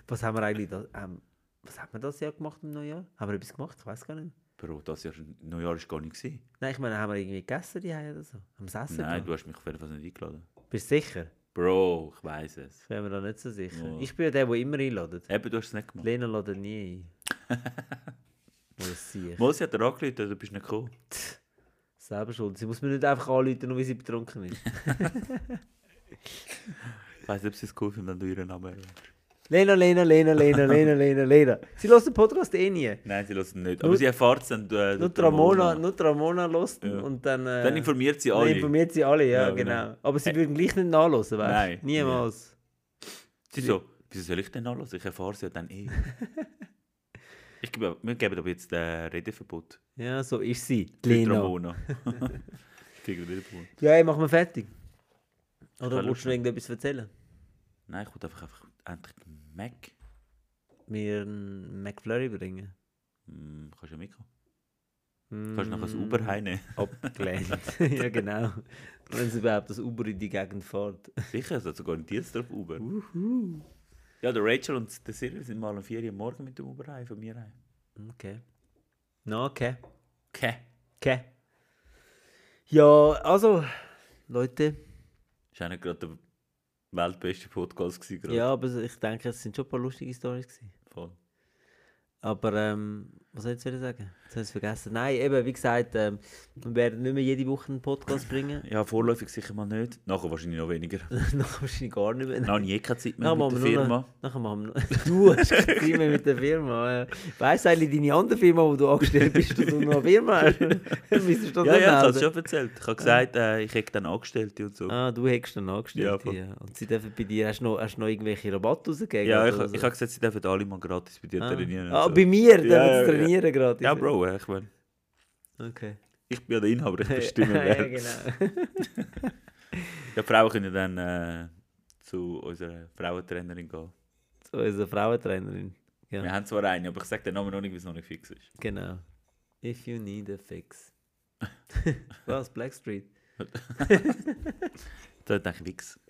[SPEAKER 1] Was haben wir eigentlich da, ähm, was haben wir das Jahr gemacht im Neujahr? Haben wir etwas gemacht? Ich weiß gar nicht.
[SPEAKER 2] Bro, das Jahr, Neujahr war gar nicht. Gewesen.
[SPEAKER 1] Nein, ich meine, haben wir irgendwie gegessen die oder so? Haben wir Essen
[SPEAKER 2] Nein,
[SPEAKER 1] gehabt?
[SPEAKER 2] du hast mich auf jeden Fall nicht eingeladen.
[SPEAKER 1] Bist du sicher?
[SPEAKER 2] Bro, ich weiß es.
[SPEAKER 1] Ich bin mir da nicht so sicher.
[SPEAKER 2] Ja.
[SPEAKER 1] Ich bin ja der, der immer einladet.
[SPEAKER 2] Eben, du hast es nicht gemacht.
[SPEAKER 1] Lena ladet nie
[SPEAKER 2] <laughs>
[SPEAKER 1] ein. Oder sie.
[SPEAKER 2] Mosi hat er angerufen, du bist nicht gekommen.
[SPEAKER 1] Selber schuld. Sie muss mir nicht einfach anrufen, nur weil sie betrunken ist. <laughs>
[SPEAKER 2] Ich weiss nicht, ob sie es cool finden, wenn du ihren Namen erwähnst.
[SPEAKER 1] Lena, Lena, Lena, Lena, Lena, Lena, Lena. Sie hört den Podcast eh nie.
[SPEAKER 2] Nein, sie hören es nicht. Aber sie erfahrt es dann.
[SPEAKER 1] Nur
[SPEAKER 2] Äh, durch
[SPEAKER 1] die Ramona, nur die Ramona hört ihn
[SPEAKER 2] Ja.
[SPEAKER 1] und dann... Äh,
[SPEAKER 2] Dann informiert sie
[SPEAKER 1] dann
[SPEAKER 2] alle.
[SPEAKER 1] informiert sie alle, ja,
[SPEAKER 2] Ja,
[SPEAKER 1] genau.
[SPEAKER 2] genau.
[SPEAKER 1] Aber sie würden gleich nicht nachhören, weißt du?
[SPEAKER 2] Nein,
[SPEAKER 1] Niemals.
[SPEAKER 2] sie so, wieso soll ich denn anlassen? Ich erfahre sie ja dann eh. <laughs> ich gebe, wir geben aber jetzt äh, Redeverbot.
[SPEAKER 1] Ja, so ist sie. die
[SPEAKER 2] Für die
[SPEAKER 1] Lena. <laughs>
[SPEAKER 2] Ramona. Gegen Redeverbot.
[SPEAKER 1] Ja, ey, machen wir fertig. Oder willst
[SPEAKER 2] kann
[SPEAKER 1] du noch
[SPEAKER 2] schauen.
[SPEAKER 1] irgendetwas erzählen?
[SPEAKER 2] Nein, ich wollte einfach, einfach endlich den Mac.
[SPEAKER 1] Mir einen McFlurry bringen.
[SPEAKER 2] Hm, kannst du ja mitkommen. Kannst du nachher ein Uber
[SPEAKER 1] Mm,
[SPEAKER 2] heimnehmen.
[SPEAKER 1] Abgelehnt. <laughs> ja, genau. Wenn es überhaupt das Uber in die Gegend fährt.
[SPEAKER 2] <laughs> Sicher, es hat sogar einen Dienst drauf Uber. Ja, der Rachel und der Silvia sind mal um 4 Uhr am morgen mit dem Uber heim, von mir heim.
[SPEAKER 1] Hm, Okay. Na, okay.
[SPEAKER 2] Okay.
[SPEAKER 1] Okay. Ja, also, Leute.
[SPEAKER 2] Das war nicht gerade der weltbeste Podcast. Gewesen, gerade.
[SPEAKER 1] Ja, aber ich denke, es sind schon ein paar lustige Stories gewesen.
[SPEAKER 2] Voll.
[SPEAKER 1] Aber ähm, Was soll ich jetzt wieder sagen? Jetzt habe ich es vergessen. Nein, eben, wie gesagt, ähm, wir werden nicht mehr jede Woche einen Podcast
[SPEAKER 2] <laughs>
[SPEAKER 1] bringen. <laughs>
[SPEAKER 2] Ja, vorläufig sicher mal nicht. Nachher wahrscheinlich noch weniger.
[SPEAKER 1] Nachher wahrscheinlich gar nicht mehr.
[SPEAKER 2] Noch nie keine Zeit mehr
[SPEAKER 1] Nachher
[SPEAKER 2] mit der
[SPEAKER 1] machen wir nur
[SPEAKER 2] Firma.
[SPEAKER 1] noch- nachher machen wir noch. <laughs> Du hast keine Zeit mehr mit der Firma. Weißt du eigentlich deine andere Firma, wo du angestellt bist, dass du noch eine Firma hast? <laughs> Müsstest du
[SPEAKER 2] Ja,
[SPEAKER 1] das
[SPEAKER 2] ja, ich habe es
[SPEAKER 1] melden?
[SPEAKER 2] schon erzählt. Ich habe gesagt, äh, ich hätte dann Angestellte und so.
[SPEAKER 1] Ah, du hättest dann
[SPEAKER 2] Ja,
[SPEAKER 1] angestellt.
[SPEAKER 2] voll.
[SPEAKER 1] ja. Und sie dürfen bei dir, hast du noch, hast du noch irgendwelche Rabatte rausgegeben?
[SPEAKER 2] ja, ich,
[SPEAKER 1] oder so?
[SPEAKER 2] ich habe gesagt, sie dürfen alle mal gratis bei dir
[SPEAKER 1] ah.
[SPEAKER 2] trainieren. und
[SPEAKER 1] Ah,
[SPEAKER 2] so.
[SPEAKER 1] bei mir, dürfen
[SPEAKER 2] Ja, ja,
[SPEAKER 1] sie trainieren gratis.
[SPEAKER 2] ja, Bro, äh, ich meine,
[SPEAKER 1] Okay.
[SPEAKER 2] ich bin ja der
[SPEAKER 1] <laughs>
[SPEAKER 2] Inhaber, ich bestimme
[SPEAKER 1] ja,
[SPEAKER 2] wer.
[SPEAKER 1] genau. <laughs>
[SPEAKER 2] Ja, Frauen können dann äh, zu unserer Frauentrainerin gehen.
[SPEAKER 1] So, unsere Frauentrainerin. Ja.
[SPEAKER 2] Wir haben zwar eine, aber ich sage den Namen noch nicht, weil es noch nicht fix ist.
[SPEAKER 1] Genau. If you need a fix. <laughs> Was? Blackstreet?
[SPEAKER 2] Da denke ich, fix.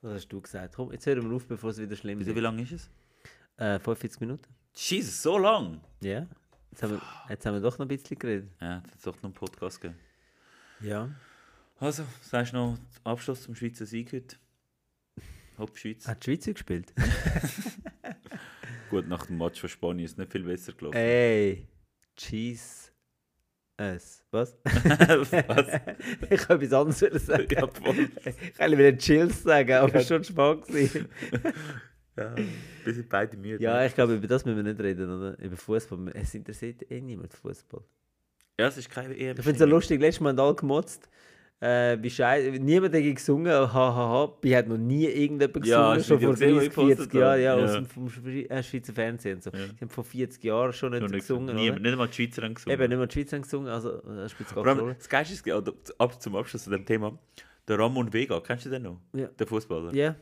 [SPEAKER 1] Das hast du gesagt. Komm, jetzt hören wir auf, bevor es wieder schlimm
[SPEAKER 2] Wieso, wie
[SPEAKER 1] wird.
[SPEAKER 2] lange ist es?
[SPEAKER 1] Äh, 45 Minuten.
[SPEAKER 2] Jesus, so lang!
[SPEAKER 1] Ja. Jetzt haben, wir, jetzt haben wir doch noch ein bisschen geredet.
[SPEAKER 2] Ja, das hat doch noch einen Podcast gegeben.
[SPEAKER 1] Ja.
[SPEAKER 2] Also, sagst du noch den Abschluss zum Schweizer Sieg heute? Hopp, Schweiz.
[SPEAKER 1] Hat die Schweizer gespielt?
[SPEAKER 2] Gut, nach dem Match von Spanien ist nicht viel besser
[SPEAKER 1] Äh.
[SPEAKER 2] gelaufen.
[SPEAKER 1] Ey. Cheese. Es. Was?
[SPEAKER 2] <laughs> Was?
[SPEAKER 1] <laughs> ich habe etwas anderes wollen sagen.
[SPEAKER 2] Ja, voll.
[SPEAKER 1] ich kann wieder Chills sagen, aber es war schon spannend. gewesen.
[SPEAKER 2] Ja, wir sind beide
[SPEAKER 1] <laughs>
[SPEAKER 2] müde. ne?
[SPEAKER 1] ja, ich glaube, über das müssen wir nicht reden, oder? Über Fußball. Es interessiert eh niemand Fußball.
[SPEAKER 2] ja, es ist keine EM.
[SPEAKER 1] Ich finde es so lustig, letztes Mal haben alle gemotzt. Äh, wie scheiße. Niemand hat gesungen, hahaha. Ich hat noch nie irgendjemand gesungen,
[SPEAKER 2] Ja, hast du
[SPEAKER 1] schon
[SPEAKER 2] Video
[SPEAKER 1] vor
[SPEAKER 2] gesehen, wo
[SPEAKER 1] 30,
[SPEAKER 2] ich
[SPEAKER 1] 40
[SPEAKER 2] gepostet habe?
[SPEAKER 1] Jahren, ja, aus
[SPEAKER 2] Ja.
[SPEAKER 1] dem vom Schwe- äh, Schweizer Fernsehen und so.
[SPEAKER 2] Ja.
[SPEAKER 1] Die haben vor 40 Jahren schon nicht,
[SPEAKER 2] Noch nicht
[SPEAKER 1] gesungen,
[SPEAKER 2] Niemand,
[SPEAKER 1] oder?
[SPEAKER 2] nicht mal die Schweizer haben gesungen.
[SPEAKER 1] Eben, nicht mehr die Schweizer haben gesungen, also äh, das spielt es gar
[SPEAKER 2] Vor
[SPEAKER 1] keine
[SPEAKER 2] allem,
[SPEAKER 1] Rolle.
[SPEAKER 2] das Geilste ist, also, ab, zum Abschluss zu dem Thema, der Ramon Vega, kennst du den noch?
[SPEAKER 1] Ja.
[SPEAKER 2] Der Fußballer.
[SPEAKER 1] Ja,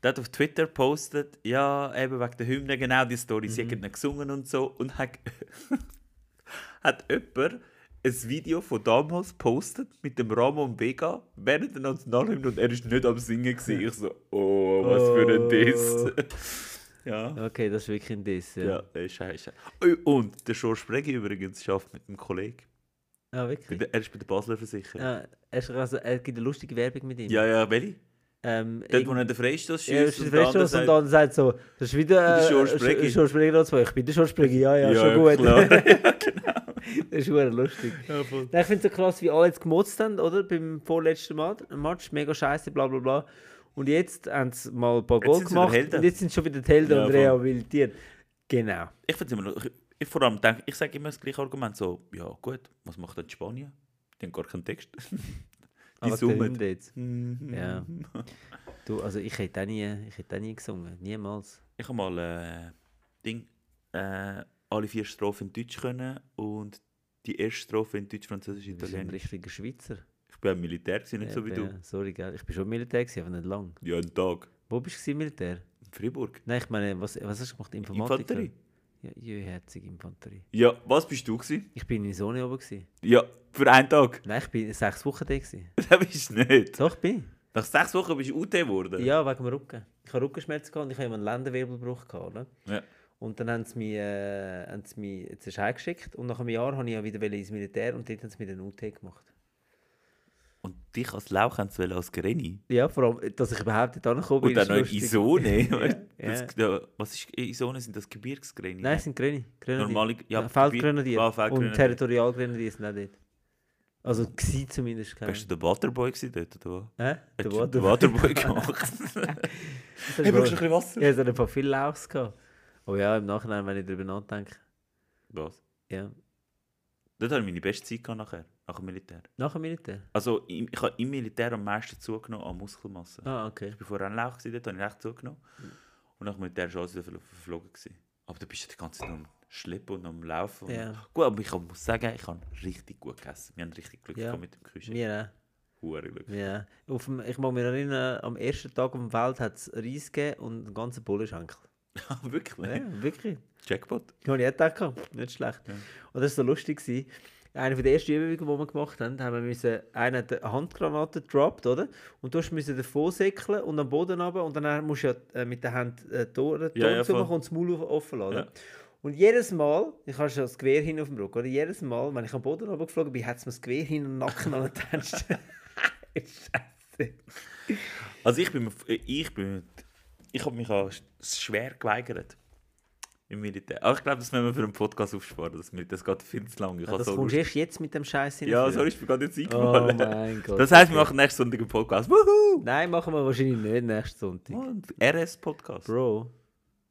[SPEAKER 2] Der hat auf Twitter gepostet, ja, eben wegen der Hymne, genau die Story,
[SPEAKER 1] Mhm.
[SPEAKER 2] sie haben ihn gesungen und so. Und hat, <laughs> hat jemand ein Video von damals gepostet mit dem Ramon Vega während der Nationalhymne und er ist nicht am Singen. Gewesen. Ich so, oh, was für ein Diss. <laughs> ja.
[SPEAKER 1] okay, das ist wirklich ein Diss. Ja,
[SPEAKER 2] Ja, äh, scheiße. Oh, Und der Schorsch Bregi übrigens schafft mit einem Kollegen.
[SPEAKER 1] Ah,
[SPEAKER 2] Bei
[SPEAKER 1] wirklich.
[SPEAKER 2] der- Er ist bei der Basler Versicherung.
[SPEAKER 1] Ja, er, ist, also, er gibt eine lustige Werbung mit ihm.
[SPEAKER 2] Ja, ja, welche?
[SPEAKER 1] Ähm,
[SPEAKER 2] Dort, wo er den Freistoß
[SPEAKER 1] Ja, das
[SPEAKER 2] schießt.
[SPEAKER 1] ist
[SPEAKER 2] und der andere
[SPEAKER 1] Freistoß und
[SPEAKER 2] sagt-
[SPEAKER 1] dann sagt so, das ist wieder
[SPEAKER 2] Der
[SPEAKER 1] äh,
[SPEAKER 2] George Bregi.
[SPEAKER 1] Sch- George Bregi noch zwei. Ich bin der George Bregi, ja, ja,
[SPEAKER 2] Ja,
[SPEAKER 1] schon gut.
[SPEAKER 2] klar.
[SPEAKER 1] <laughs> das ist verdammt lustig.
[SPEAKER 2] Ja, voll.
[SPEAKER 1] Nein, ich finde es so krass, wie alle jetzt gemotzt haben, oder? Beim vorletzten Mal, Match, mega scheiße, bla bla bla. Und jetzt haben sie mal ein paar
[SPEAKER 2] Jetzt
[SPEAKER 1] Goal
[SPEAKER 2] sind sie wieder
[SPEAKER 1] gemacht
[SPEAKER 2] Helden.
[SPEAKER 1] und jetzt sind sie schon wieder die Helden
[SPEAKER 2] Ja,
[SPEAKER 1] und
[SPEAKER 2] voll.
[SPEAKER 1] rehabilitiert. Genau.
[SPEAKER 2] Ich finde immer noch, ich, ich vor allem denke, ich sage immer das gleiche Argument, so, ja gut, was macht denn Spanien? Die haben gar keinen Text. Die
[SPEAKER 1] Aber der
[SPEAKER 2] summen.
[SPEAKER 1] Hymne jetzt.
[SPEAKER 2] Ja.
[SPEAKER 1] Ja. Du, also ich hätte auch nie, ich hätte auch nie gesungen, niemals.
[SPEAKER 2] Ich habe mal äh, Ding, äh, alle vier Strophen in Deutsch können und die erste Strophe in Deutsch, Französisch,
[SPEAKER 1] Ich bin ein
[SPEAKER 2] Italienisch.
[SPEAKER 1] richtiger Schweizer.
[SPEAKER 2] Ich bin im Militär, gewesen, nicht so wie
[SPEAKER 1] Eben,
[SPEAKER 2] du.
[SPEAKER 1] ja. Sorry, gell. ich bin schon im Militär, gewesen, aber nicht lang.
[SPEAKER 2] Ja, einen Tag.
[SPEAKER 1] Wo bist du gewesen, im Militär?
[SPEAKER 2] In Freiburg.
[SPEAKER 1] Nein, ich meine, was, was hast du gemacht? Informatik?
[SPEAKER 2] Infanterie.
[SPEAKER 1] Ja, jüherzige Infanterie.
[SPEAKER 2] Ja, was bist du gewesen?
[SPEAKER 1] Ich bin in Sony oben. Gewesen.
[SPEAKER 2] Ja, für einen Tag. <laughs>
[SPEAKER 1] Nein, ich bin sechs Wochen da. Gewesen.
[SPEAKER 2] Das bist du nicht.
[SPEAKER 1] Doch, ich bin
[SPEAKER 2] Nach sechs Wochen bist du UT geworden.
[SPEAKER 1] Äh. Ja, wegen dem Rücken. Ich hatte Rückenschmerzen gehabt und ich hatte immer einen Lendenwirbelbruch. Gehabt, oder?
[SPEAKER 2] Ja.
[SPEAKER 1] Und dann haben sie mich, äh, haben sie mich jetzt ist heimgeschickt und nach einem Jahr wollte ich ja wieder ins Militär und dort haben sie mir den UT gemacht.
[SPEAKER 2] Und dich als Lauch haben sie als Greni.
[SPEAKER 1] Ja, vor allem, dass ich überhaupt dort angekommen bin,
[SPEAKER 2] Und dann noch in
[SPEAKER 1] lustig.
[SPEAKER 2] Isone.
[SPEAKER 1] <laughs> Ja,
[SPEAKER 2] das, ja. Was ist Isone? Sind das Gebirgsgreni?
[SPEAKER 1] Nein, es sind Grüne. Grenadier.
[SPEAKER 2] Normale- ja,
[SPEAKER 1] Nein, Äh, Feldgrenadier.
[SPEAKER 2] Ah,
[SPEAKER 1] und
[SPEAKER 2] Feldgrenadier.
[SPEAKER 1] Territorialgrenadier sind auch dort. Also, gsi zumindest. keine
[SPEAKER 2] Bist du der Waterboy gewesen dort? Oder?
[SPEAKER 1] Ahnung. Hä?
[SPEAKER 2] Der
[SPEAKER 1] Der
[SPEAKER 2] Hast du
[SPEAKER 1] Water-
[SPEAKER 2] den
[SPEAKER 1] <laughs>
[SPEAKER 2] Waterboy gemacht?
[SPEAKER 1] Hey, brauchst du
[SPEAKER 2] bisschen Wasser?
[SPEAKER 1] Ja, es hat einfach viel Lauchs gehabt. Aber ja, im Nachhinein, wenn ich darüber nachdenke.
[SPEAKER 2] Was?
[SPEAKER 1] Ja.
[SPEAKER 2] Dort hatte ich meine beste Zeit gehabt nachher, nach dem Militär.
[SPEAKER 1] Nach dem Militär?
[SPEAKER 2] Also im- ich habe im Militär am meisten zugenommen an Muskelmasse.
[SPEAKER 1] Ah, okay.
[SPEAKER 2] Ich war vorher ein Lauch, gewesen, dort habe ich recht zugenommen.
[SPEAKER 1] Mhm.
[SPEAKER 2] Und nach dem Militär war alles wieder verlo- verflogen. Gewesen. Aber da bist du die ganze Zeit nur am Schleppen und am Laufen. und-
[SPEAKER 1] Ja.
[SPEAKER 2] Gut, aber ich hab- muss sagen, ich habe richtig gut gegessen. Wir haben richtig Glück
[SPEAKER 1] Ja.
[SPEAKER 2] gehabt mit dem Küche.
[SPEAKER 1] Wir
[SPEAKER 2] Hure Glück. <laughs>
[SPEAKER 1] auch. Wir auch. Auf dem, ich mag mich erinnern, am ersten Tag auf dem Feld hat es Reis gegeben und einen ganzen Bullenschenkel.
[SPEAKER 2] Wirklich?
[SPEAKER 1] Ja, wirklich.
[SPEAKER 2] Jackpot.
[SPEAKER 1] Ja, und ich hätte gedacht, pff, nicht schlecht. Und das war so lustig. Gewesen. Eine von der ersten Übungen, die wir gemacht haben, haben wir müssen, einer hat eine Handgranate gedroppt, oder? Und du musst davon säckeln und am Boden runter und dann musst du ja äh, mit der Hand äh, die Tore
[SPEAKER 2] Ja, ja,
[SPEAKER 1] ja,
[SPEAKER 2] voll.
[SPEAKER 1] zumachen und das Maul auf- offen lassen.
[SPEAKER 2] Ja.
[SPEAKER 1] Und jedes Mal, ich habe schon das Gewehr hin auf dem Rücken, oder? Jedes Mal, wenn ich am Boden runtergeflogen bin, hat es mir das Gewehr hin und den Nacken angetatscht.
[SPEAKER 2] <laughs>
[SPEAKER 1] <laughs> Scheiße.
[SPEAKER 2] äh, Also ich bin, mir- ich bin, ich habe mich auch sch- schwer geweigert. im Militär. Aber ich glaube, das müssen wir für einen Podcast aufsparen. Das, mit- das geht viel zu lang. Ich
[SPEAKER 1] Ja,
[SPEAKER 2] habe
[SPEAKER 1] das
[SPEAKER 2] so
[SPEAKER 1] kommst du
[SPEAKER 2] Lust-
[SPEAKER 1] erst jetzt mit dem Scheiß hin.
[SPEAKER 2] ja, sorry, ich bin gerade jetzt
[SPEAKER 1] Oh
[SPEAKER 2] eingefallen.
[SPEAKER 1] mein Gott.
[SPEAKER 2] das heisst, wir
[SPEAKER 1] okay.
[SPEAKER 2] machen nächsten Sonntag einen Podcast. Wuhu!
[SPEAKER 1] Nein, machen wir wahrscheinlich nicht nächsten Sonntag.
[SPEAKER 2] Und RS-Podcast.
[SPEAKER 1] Bro.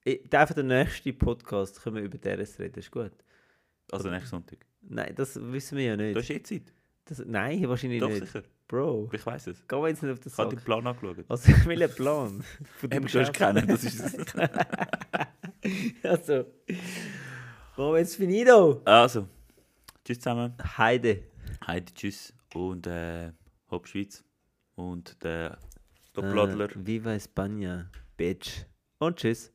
[SPEAKER 1] Ich darf den nächsten Podcast können wir über DRS reden, ist gut.
[SPEAKER 2] Also nächsten Sonntag.
[SPEAKER 1] Nein, das wissen wir ja
[SPEAKER 2] Du hast
[SPEAKER 1] nicht.
[SPEAKER 2] eh Zeit.
[SPEAKER 1] Das, nein, wahrscheinlich
[SPEAKER 2] Doch,
[SPEAKER 1] nicht.
[SPEAKER 2] sicher.
[SPEAKER 1] Bro,
[SPEAKER 2] Ich weiß es.
[SPEAKER 1] geh mir jetzt nicht auf den
[SPEAKER 2] Ich habe
[SPEAKER 1] Sack.
[SPEAKER 2] den Plan angeschaut.
[SPEAKER 1] Also, ich will einen
[SPEAKER 2] <laughs>
[SPEAKER 1] Plan. Von
[SPEAKER 2] Eben,
[SPEAKER 1] deinem
[SPEAKER 2] du hast
[SPEAKER 1] Geschäft.
[SPEAKER 2] keinen, das ist es.
[SPEAKER 1] <laughs> Also, komm jetzt finito.
[SPEAKER 2] Also, tschüss zusammen.
[SPEAKER 1] Heide.
[SPEAKER 2] Heidi, tschüss. Und äh, Hopp Schweiz. Und der Doppladler.
[SPEAKER 1] Äh, Viva España, Ah, bitch. Und tschüss.